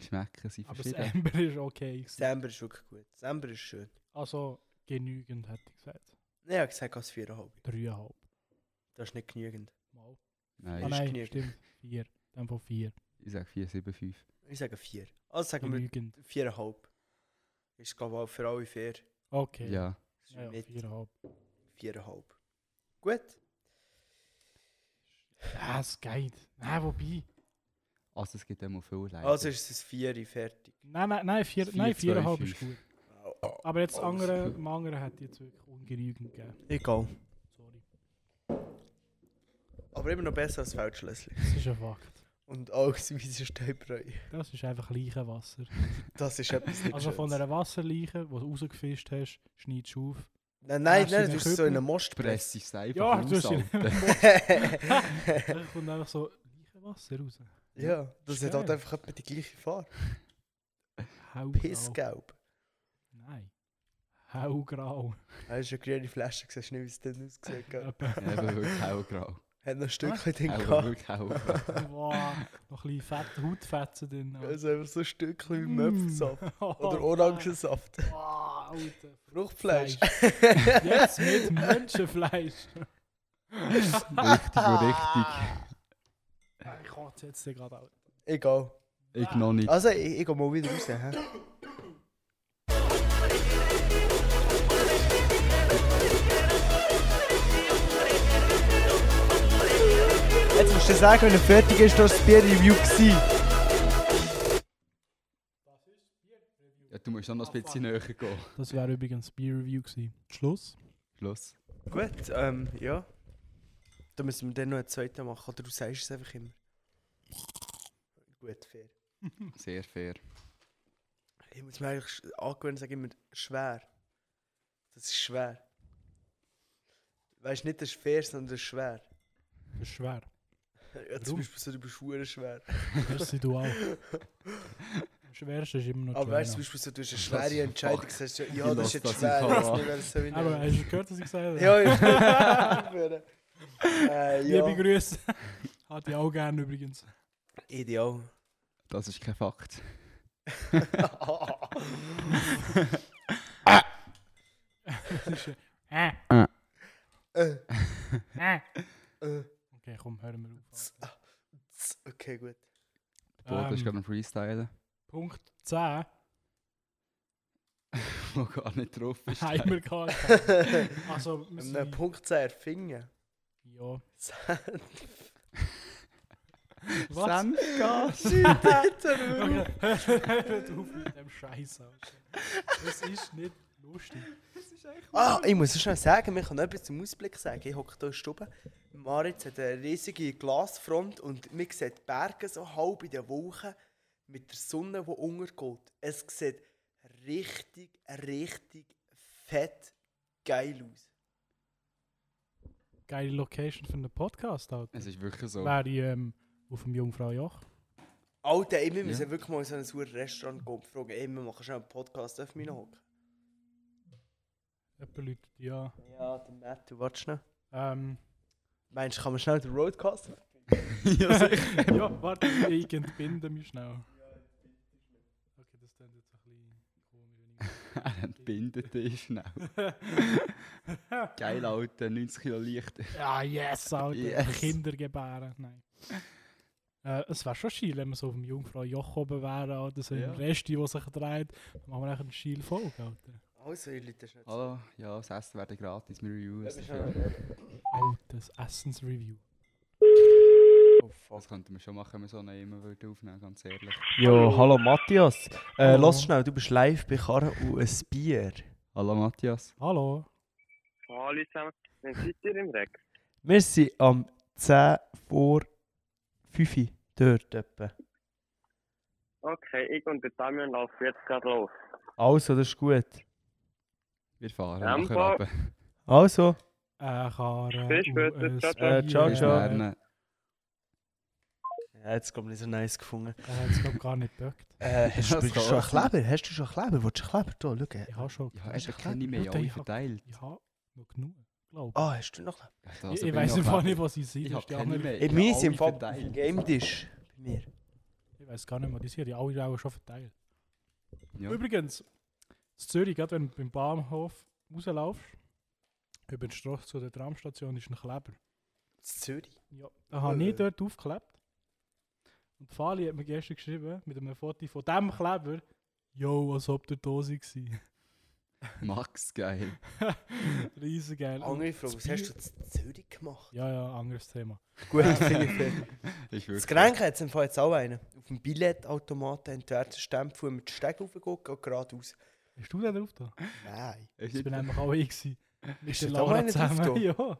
Speaker 1: Schmecken sie
Speaker 2: Aber das
Speaker 1: verschieden.
Speaker 2: Amber ist okay. gewesen.
Speaker 3: Das Amber ist wirklich gut. Das Amber ist schön.
Speaker 2: Also genügend, hätte ich gesagt.
Speaker 3: Nein, ich habe gesagt, als 4,5.
Speaker 2: Dreieinhalb.
Speaker 3: Das ist nicht genügend.
Speaker 2: Mal.
Speaker 1: Nein,
Speaker 2: Ah,
Speaker 3: ist
Speaker 2: nein,
Speaker 3: genügend.
Speaker 2: stimmt. Vier. Dann von vier.
Speaker 1: ich sage 4, 7, 5.
Speaker 3: Ich sage 4.
Speaker 2: Mhm.
Speaker 3: Also sagen wir
Speaker 2: Genügend.
Speaker 3: 4,5. Ist glaube ich auch für alle fair.
Speaker 2: Okay.
Speaker 1: Ja.
Speaker 3: ist
Speaker 2: Ja, ja,
Speaker 3: mit
Speaker 2: viereinhalb.
Speaker 3: 4,5. Gut.
Speaker 2: Ja, Ah, es geht. Nein, wobei.
Speaker 1: Also es gibt immer viel Leid.
Speaker 3: Also ist es ein 4 fertig.
Speaker 2: Nein, nein, nein, vier,
Speaker 1: Vier,
Speaker 2: nein
Speaker 1: zwei,
Speaker 2: viereinhalb ist
Speaker 1: fünf.
Speaker 2: gut. Aber jetzt andere, dem anderen hätte ich jetzt wirklich ungenügend gegeben.
Speaker 3: Egal.
Speaker 2: Sorry.
Speaker 3: Aber immer noch besser als Feldschlössli.
Speaker 2: Das ist ein Fakt.
Speaker 3: Und ausgewiesen Steinbräu.
Speaker 2: Das ist einfach Leichenwasser.
Speaker 3: Das ist etwas nicht
Speaker 2: Also von
Speaker 3: Schönes.
Speaker 2: einer Wasserleiche, die du rausgefischt hast, schneidest du auf.
Speaker 3: Nein, nein,
Speaker 2: Hast du
Speaker 3: nein,
Speaker 2: den
Speaker 3: du hast so in
Speaker 2: Kübel?
Speaker 3: einem Most
Speaker 1: Presse ich es einfach
Speaker 2: Ja,
Speaker 1: raus,
Speaker 2: du hast ihn-
Speaker 1: Alter.
Speaker 2: Dann kommt einfach so Leichenwasser raus.
Speaker 3: ja, das
Speaker 2: Ist
Speaker 3: hat halt
Speaker 2: geil.
Speaker 3: einfach etwa die gleiche Farbe.
Speaker 2: Haugrau.
Speaker 3: Pissgelb.
Speaker 2: Nein. Haugrau.
Speaker 3: Das ist eine grüne Flasche, siehst du nicht, wie es dann aussieht. gell?
Speaker 1: Ja, aber wirklich hellgrau.
Speaker 3: Hat
Speaker 2: Ah.
Speaker 3: noch ein Stückchen drin
Speaker 1: Aber
Speaker 3: gehabt.
Speaker 1: wirklich hellgrau.
Speaker 2: wow. Noch ein bisschen Fett, Hautfetzen drin.
Speaker 3: Also einfach so ein Stückchen
Speaker 2: Mm.
Speaker 3: wie
Speaker 2: Oh,
Speaker 3: Möpfelsaft. Oder Orangensaft.
Speaker 2: Wow, Alter.
Speaker 3: Fruchtfleisch.
Speaker 2: Jetzt mit Menschenfleisch.
Speaker 1: richtig und richtig.
Speaker 2: Äh, Ich kotze jetzt hier gerade auch.
Speaker 3: Egal.
Speaker 1: Ich noch
Speaker 2: Ah.
Speaker 1: nicht.
Speaker 3: Also, ich, ich gehe mal wieder raus. He? Jetzt musst du sagen, wenn er fertig ist, war das Bier-Review. gewesen.
Speaker 1: Ja, du musst dann noch ein bisschen näher gehen.
Speaker 2: Das wäre übrigens Beer Review gewesen. Schluss.
Speaker 1: Schluss.
Speaker 3: Gut, ähm, ja. Da müssen wir dann noch einen zweiten machen, oder du sagst es einfach immer. Gut, fair.
Speaker 1: Sehr fair.
Speaker 3: Ich muss mir eigentlich sch- angewöhnen, sage immer schwer. Das ist schwer. Weißt du, nicht das ist fair, sondern das ist schwer.
Speaker 2: Das ist schwer.
Speaker 3: Ja, zum
Speaker 2: Warum?
Speaker 3: Beispiel so, du bist verdammt schwer.
Speaker 2: Merci, du auch. Am schwersten ist immer noch
Speaker 3: Aber weißt du, zum
Speaker 2: Joanna.
Speaker 3: Beispiel so, du
Speaker 1: Das
Speaker 3: hast eine
Speaker 1: ist
Speaker 3: schwere
Speaker 1: ein
Speaker 3: Entscheidung,
Speaker 1: Fuck.
Speaker 3: sagst du,
Speaker 1: Ich
Speaker 3: ja, das
Speaker 1: lass
Speaker 3: ist jetzt
Speaker 1: das im
Speaker 3: schwer,
Speaker 1: Fall
Speaker 3: das
Speaker 1: an.
Speaker 3: nicht mehr so wie
Speaker 2: Aber äh,
Speaker 3: nicht.
Speaker 2: hast du gehört, was ich gesagt habe?
Speaker 3: Ja, ich bin äh,
Speaker 2: Liebe
Speaker 3: ja.
Speaker 2: Grüße. Hat ich auch gerne übrigens.
Speaker 3: Ideal.
Speaker 1: Das ist kein Fakt.
Speaker 2: Das ist, äh,
Speaker 3: Äh,
Speaker 2: äh.
Speaker 3: äh,
Speaker 2: Okay, komm, hören wir auf. Alter.
Speaker 3: tss, okay, gut.
Speaker 1: Boah, das ist
Speaker 2: Ähm.
Speaker 1: gerade ein Freestylen,
Speaker 2: Punkt 10.
Speaker 1: wo gar nicht drauf ist.
Speaker 2: Heimer gehabt. Also, wir
Speaker 3: Einen
Speaker 2: sind,
Speaker 3: Ne, Punkt zu erfinden.
Speaker 2: ja. Was?
Speaker 1: Senfgas.
Speaker 3: Senfgas.
Speaker 2: Okay, hört auf mit dem Scheiß. Alter. Das ist nicht lustig.
Speaker 3: Ah, ich muss schnell sagen, wir können etwas zum Ausblick sagen. Ich hocke hier in der Stube. Maritz hat eine riesige Glasfront und man sieht die Berge so halb in der Wolke mit der Sonne, die untergeht. Es sieht richtig, richtig fett geil aus.
Speaker 2: Geile Location für einen Podcast, Alter.
Speaker 1: Es ist wirklich so.
Speaker 2: Wäre ich ähm, auf dem Jungfrau Joch.
Speaker 3: Alter, ey, wir müssen wirklich mal in so ein sauer Restaurant gehen und fragen, ey, wir machen schnell einen Podcast, dürfen wir noch hocken?
Speaker 2: Jemand läutet ja.
Speaker 3: Ja, der Matt, du wartest schnell.
Speaker 2: Ähm,
Speaker 3: Meinst du, kann man schnell den Roadcast machen?
Speaker 1: ja, sicher.
Speaker 2: Also, ja, warte, ich entbinde mich schnell. Okay, das klingt jetzt ein bisschen komisch.
Speaker 1: Er entbindet dich schnell. Geil, Alter. 90 Kilo
Speaker 2: wenn
Speaker 1: leichter.
Speaker 2: ich- Ja, yes, Alter.
Speaker 1: Yes.
Speaker 2: Kinder gebären. Nein. Äh, es wäre schon schiel, wenn wir so auf dem Jungfrau Joch oben wären, Alter. So
Speaker 1: Ja.
Speaker 2: im Rest, die sich dreht. Dann machen wir nachher eine schiel Folge, Alter.
Speaker 3: Also, ich Leute schnell.
Speaker 1: Hallo, Ah, ja, das Essen wäre gratis. Wir
Speaker 3: Das
Speaker 1: reviewen
Speaker 3: ist
Speaker 1: ja,
Speaker 2: Alter, das Essensreview.
Speaker 3: Oh, fuck.
Speaker 1: Das könnten wir schon machen, wenn wir so eine immer würden aufnehmen, ganz ehrlich.
Speaker 3: Ja, hallo Matthias. Äh,
Speaker 2: Hallo.
Speaker 3: lass schnell, du bist live bei Karren und ein Bier.
Speaker 1: Hallo Matthias.
Speaker 2: Hallo.
Speaker 5: Hallo zusammen, dann seid ihr im Rex.
Speaker 3: Wir sind am 10 vor 5 Uhr dort etwa.
Speaker 5: Okay, ich und der Damian laufen jetzt gerade los.
Speaker 3: Also, das ist gut.
Speaker 1: Wir fahren
Speaker 5: Tempo.
Speaker 1: nachher runter.
Speaker 3: Also,
Speaker 2: Äh, Karen.
Speaker 5: Bis später.
Speaker 2: und ein
Speaker 5: Ciao, ciao.
Speaker 3: Äh, ciao,
Speaker 2: Bier.
Speaker 1: Bis
Speaker 3: ciao.
Speaker 2: Äh,
Speaker 1: dann.
Speaker 3: ja, jetzt kommt nicht so nice gefunden.
Speaker 2: Er hat äh, es, glaube gar nicht gebockt.
Speaker 3: Äh, hast, du,
Speaker 1: Das
Speaker 3: bist du
Speaker 1: kann
Speaker 3: schon einen
Speaker 1: auch sein.
Speaker 3: Kleber? Hast du schon einen Kleber? Willst du einen Kleber? Da, schau. äh.
Speaker 2: Ich habe schon.
Speaker 1: Ich habe einfach
Speaker 3: klar.
Speaker 1: keine mehr
Speaker 2: Alter,
Speaker 1: alle
Speaker 2: ich hab-
Speaker 1: verteilt.
Speaker 2: Ich habe noch genug, glaube
Speaker 3: Ah, hast du noch einen
Speaker 1: Ja, also
Speaker 2: ich.
Speaker 1: bin
Speaker 2: Ich weiß
Speaker 1: noch
Speaker 2: einfach
Speaker 1: fertig.
Speaker 2: nicht, was ich sehe.
Speaker 1: Ich
Speaker 2: das
Speaker 1: habe
Speaker 2: ist die
Speaker 1: keine
Speaker 2: andere-
Speaker 1: mehr.
Speaker 3: Kleber? Ey,
Speaker 1: Ich
Speaker 3: wir
Speaker 1: hab
Speaker 3: sind im
Speaker 1: alle
Speaker 3: Fall am
Speaker 1: verteilt.
Speaker 3: Game-Tisch. Bei mir.
Speaker 2: Ich weiß gar nicht mehr, die sind ja alle auch schon verteilt.
Speaker 1: Ja.
Speaker 2: Übrigens, in Zürich, gerade wenn du beim Bahnhof rauslaufst, über die Straße zu der Tramstation ist ein Kleber.
Speaker 3: In Zürich.
Speaker 2: Ja, den habe
Speaker 3: Äh.
Speaker 2: ich dort aufgeklebt. Und Fali hat mir gestern geschrieben, mit einem Foto von diesem Kleber, «Yo, als ob der da war.»
Speaker 1: Max, geil.
Speaker 2: Riesengeil. Und
Speaker 3: Andere Frage,
Speaker 2: das
Speaker 3: was hast du
Speaker 2: Bier-
Speaker 3: in Zürich gemacht?
Speaker 2: Ja, ja, anderes Thema.
Speaker 3: Gut, Fingerfehl.
Speaker 1: Ich
Speaker 3: Das
Speaker 1: würde.
Speaker 3: Getränk hat es im Fall jetzt auch einen. Auf dem Billettautomaten haben die Wärter Stempel und mit den Steg raufgeguckt, geht geradeaus.
Speaker 2: Hast du da drauf da?
Speaker 3: Nein.
Speaker 2: Ich bin einfach auch ich gewesen. Mit
Speaker 3: Ist
Speaker 2: der
Speaker 3: da auch
Speaker 2: Laura
Speaker 3: einer drauf
Speaker 2: zusammen.
Speaker 3: da?
Speaker 2: Ja.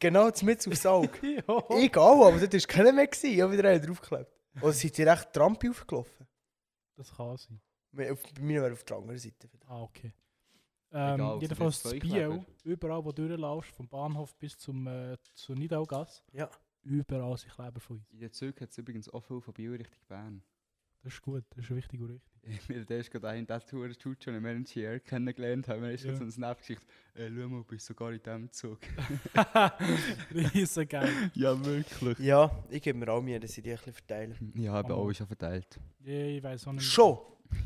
Speaker 3: Genau, mit aufs Auge.
Speaker 2: ja.
Speaker 3: ich auch, aber dort war keiner mehr. Gewesen. Ich habe wieder einen draufgeklebt. Oder seid ihr echt Trampi aufgelaufen?
Speaker 2: Das kann sein.
Speaker 3: Mir- auf- Bei mir wäre auf der anderen Seite.
Speaker 2: Ah, okay.
Speaker 1: Egal,
Speaker 2: Ähm,
Speaker 1: also
Speaker 2: jedenfalls
Speaker 1: jetzt
Speaker 2: das
Speaker 1: zwei
Speaker 2: Biel,
Speaker 1: Kleber.
Speaker 2: überall wo du durchlaufst, vom Bahnhof bis zum äh, zur Nidaugasse,
Speaker 3: Ja.
Speaker 2: überall sind Kleber von uns.
Speaker 1: In den Zügen hat es übrigens auch viel von Bio Richtung Bern.
Speaker 2: Das ist gut, das ist wichtig und richtig.
Speaker 1: Mir der ist gerade einen der Tour tut schon im NGR kennengelernt haben. Wir ist
Speaker 2: Ja.
Speaker 1: gerade so ein Snap geschickt. Äh, schau mal, bist sogar in diesem Zug.
Speaker 2: Riesengeil.
Speaker 1: ja, wirklich.
Speaker 3: Ja, ich gebe mir auch Mühe, dass ich die ein bisschen verteile.
Speaker 1: Ja, aber
Speaker 2: Oh.
Speaker 1: auch schon verteilt.
Speaker 2: Ja, ich weiß auch nicht.
Speaker 3: Schon?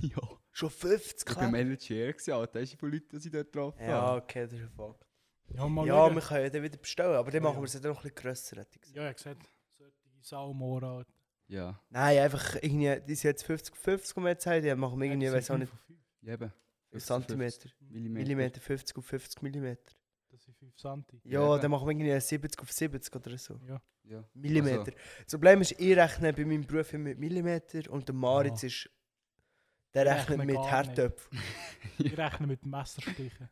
Speaker 1: ja.
Speaker 3: Schon 50
Speaker 1: Ich war beim
Speaker 3: Kleber?
Speaker 1: NGR, ja, da ist von Leuten, die ich dort getroffen
Speaker 3: Ja,
Speaker 1: habe.
Speaker 3: okay, das ist ein Fakt.
Speaker 2: Ja, mal
Speaker 3: Ja,
Speaker 2: schauen.
Speaker 3: wir können ja dann wieder bestellen, aber dann
Speaker 2: Ja,
Speaker 3: machen
Speaker 2: ja.
Speaker 3: wir es dann noch ein bisschen grösser, hätte ich gesagt.
Speaker 2: Ja, ich gesagt, solche Saumoren.
Speaker 1: Ja.
Speaker 3: Nein, einfach irgendwie, die sind jetzt 50, 50 um jetzt zu haben, die machen wir irgendwie, weiß auch nicht,
Speaker 1: Ja, eben. 50,
Speaker 3: Zentimeter,
Speaker 1: 50 Millimeter.
Speaker 3: Millimeter, 50 auf 50 Millimeter.
Speaker 2: Das sind 5 Santi.
Speaker 3: Ja,
Speaker 1: eben.
Speaker 3: dann machen wir irgendwie 70 auf 70 oder so.
Speaker 1: Ja.
Speaker 3: Millimeter. Das Problem ist, ich rechne bei meinem Beruf immer mit Millimeter und der Maritz
Speaker 2: Ja.
Speaker 3: ist, der
Speaker 2: Ich
Speaker 3: rechnet
Speaker 2: rechne
Speaker 3: mit
Speaker 2: gar
Speaker 3: Herdöpfen.
Speaker 2: Ich rechne mit Messerstichen.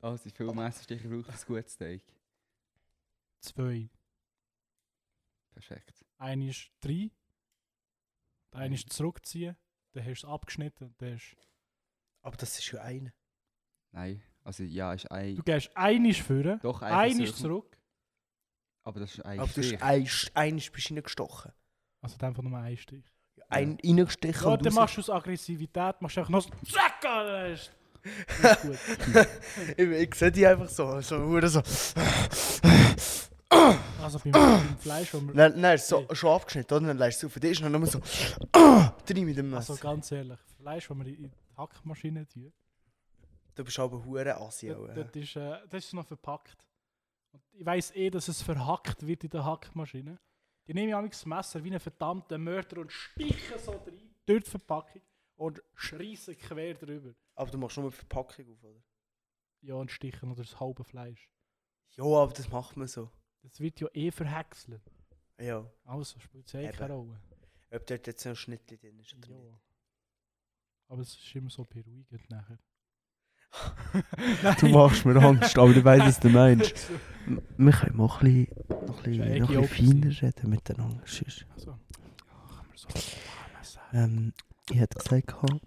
Speaker 1: Also, also viel Messerstiche braucht ein gutes Steak.
Speaker 2: Zwei.
Speaker 1: Perfekt.
Speaker 2: Eine ist drei. Der eine ist zurückziehen. Dann hast du es abgeschnitten. Dann hast
Speaker 3: Aber das ist ja einer.
Speaker 1: Nein, also ja, ist ein.
Speaker 2: du gehst einisch führen,
Speaker 1: Doch, ein
Speaker 2: einisch
Speaker 1: Versuch.
Speaker 2: zurück.
Speaker 1: Aber das ist ein
Speaker 3: Aber du hast
Speaker 1: Stich.
Speaker 3: ein, eines bist du reingestochen.
Speaker 2: Also dann einfach nur ein Stich.
Speaker 3: Ein reingestochen
Speaker 2: Ja,
Speaker 3: und
Speaker 2: dann
Speaker 3: raus.
Speaker 2: machst du aus Aggressivität, machst du einfach noch so Zack! Alter, ist- ist gut.
Speaker 3: ich, ich sehe die einfach so, so, hure so.
Speaker 2: Also beim, beim Fleisch, wo wir,
Speaker 3: Nein, nein, ist so, schon abgeschnitten, oder? Dann lässt du es auf. Der ist noch nur so. Drin mit dem Messer.
Speaker 2: also ganz ehrlich, Fleisch, das wir in die Hackmaschine tun,
Speaker 3: Du bist aber hure Assi,
Speaker 2: ja,
Speaker 3: Alter.
Speaker 2: das, ist, äh, das ist noch verpackt. Und ich weiss eh, dass es verhackt wird in der Hackmaschine. Die nehmen ja das Messer wie einen verdammten Mörder und stichen so rein, durch die Verpackung und schreissen quer drüber.
Speaker 3: Aber du machst nur die Verpackung auf, oder?
Speaker 2: Ja, und stichen oder das halbe Fleisch.
Speaker 3: Ja, aber das macht man so.
Speaker 2: Das wird ja eh verhäckselt.
Speaker 3: Ja.
Speaker 2: Also spielt es eh
Speaker 3: Eben.
Speaker 2: keine Rolle.
Speaker 3: Ob dort jetzt noch ein Schnittchen drin ist oder
Speaker 2: Ja.
Speaker 3: nicht.
Speaker 2: Aber es ist immer so beruhigend nachher.
Speaker 3: machst mir Angst, aber ich weiss, was du meinst.
Speaker 2: Nein.
Speaker 3: Wir können mal ein bisschen, noch ein
Speaker 2: Ist ja
Speaker 3: bisschen,
Speaker 2: eh
Speaker 3: noch ein bisschen
Speaker 2: gejobbt
Speaker 3: feiner reden miteinander. sonst-
Speaker 2: Also, ja, kann man so warm sagen.
Speaker 3: Ähm, ich hätte gesagt, gehabt,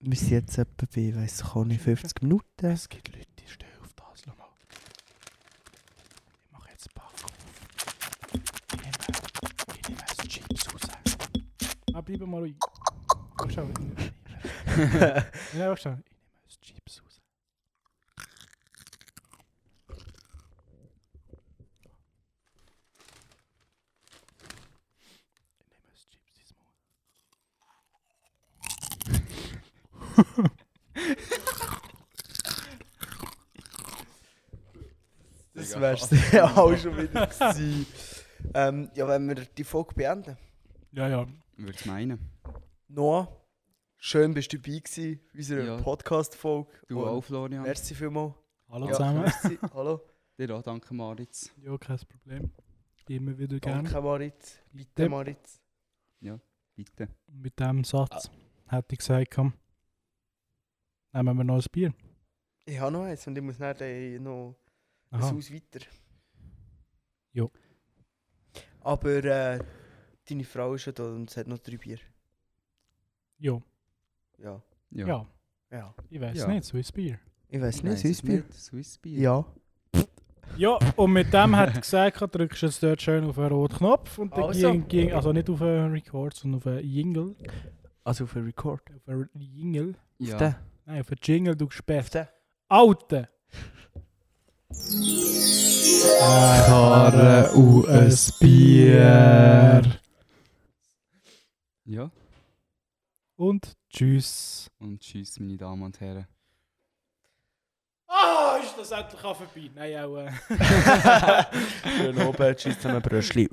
Speaker 3: wir sind jetzt etwa bei, weiss ich auch nicht, 50 Minuten.
Speaker 2: Es gibt Leute, die stehen auf das. Schau mal. Ich mache jetzt Pack auf. Ich nehme, ich nehme jetzt Chips raus. Ah, bleib mal ruhig. Komm schon. Ich nehme, ja, komm schon. Ich nehme jetzt Chips raus. Ich nehme jetzt Chips ins Mund.
Speaker 3: Das
Speaker 1: Digga.
Speaker 3: wär's dann auch schon wieder gewesen. ähm, ja, wenn wir die Folge beenden.
Speaker 2: Ja, ja.
Speaker 1: Würde ich meinen.
Speaker 3: Noah, schön bist du dabei gewesen, unserer
Speaker 1: Ja.
Speaker 3: Podcast-Folge.
Speaker 1: Du
Speaker 3: Und
Speaker 1: auch, Florian.
Speaker 3: Merci vielmals.
Speaker 2: Hallo
Speaker 1: Ja.
Speaker 2: zusammen.
Speaker 3: Merci. Hallo.
Speaker 1: Dir auch, danke Maritz.
Speaker 2: Ja, kein Problem. Immer wieder gerne.
Speaker 3: Danke, Maritz.
Speaker 2: Ja.
Speaker 3: Bitte, Maritz.
Speaker 1: Bitte.
Speaker 2: Mit diesem Satz hätte ich gesagt, komm, nehmen wir noch ein Bier.
Speaker 3: Ich habe noch eins und ich muss nachher dann noch ein
Speaker 2: Aha.
Speaker 3: Haus weiter.
Speaker 2: Jo.
Speaker 3: Aber äh, deine Frau ist ja da und sie hat noch drei Bier.
Speaker 2: Ja,
Speaker 3: Ja.
Speaker 2: ja.
Speaker 3: Ja.
Speaker 2: ich weiß
Speaker 1: Ja.
Speaker 2: nicht, so ist Bier.
Speaker 3: Ich weiß nicht,
Speaker 1: Nein,
Speaker 3: süß Bier.
Speaker 1: Swiss Bier.
Speaker 3: Ja.
Speaker 2: Ja, und mit dem hat er gesagt, drückst du jetzt dort schön auf den roten Knopf und dann
Speaker 3: Also.
Speaker 2: ging, ging, also nicht auf einen Record, sondern auf einen Jingle.
Speaker 3: Also für Record.
Speaker 2: Auf einen Jingle.
Speaker 3: Auf
Speaker 1: Ja.
Speaker 3: den.
Speaker 2: Nein, auf einen Jingle, du
Speaker 3: Auf
Speaker 2: Gespäff.
Speaker 3: den.
Speaker 2: Alte! Karre und ein Bier.
Speaker 1: ja.
Speaker 2: Und tschüss.
Speaker 1: Und tschüss, meine Damen und Herren.
Speaker 2: Ah, ist das endlich auch vorbei? Nein, auch. Äh.
Speaker 3: Schön oben, tschüss zusammen, Bröschli.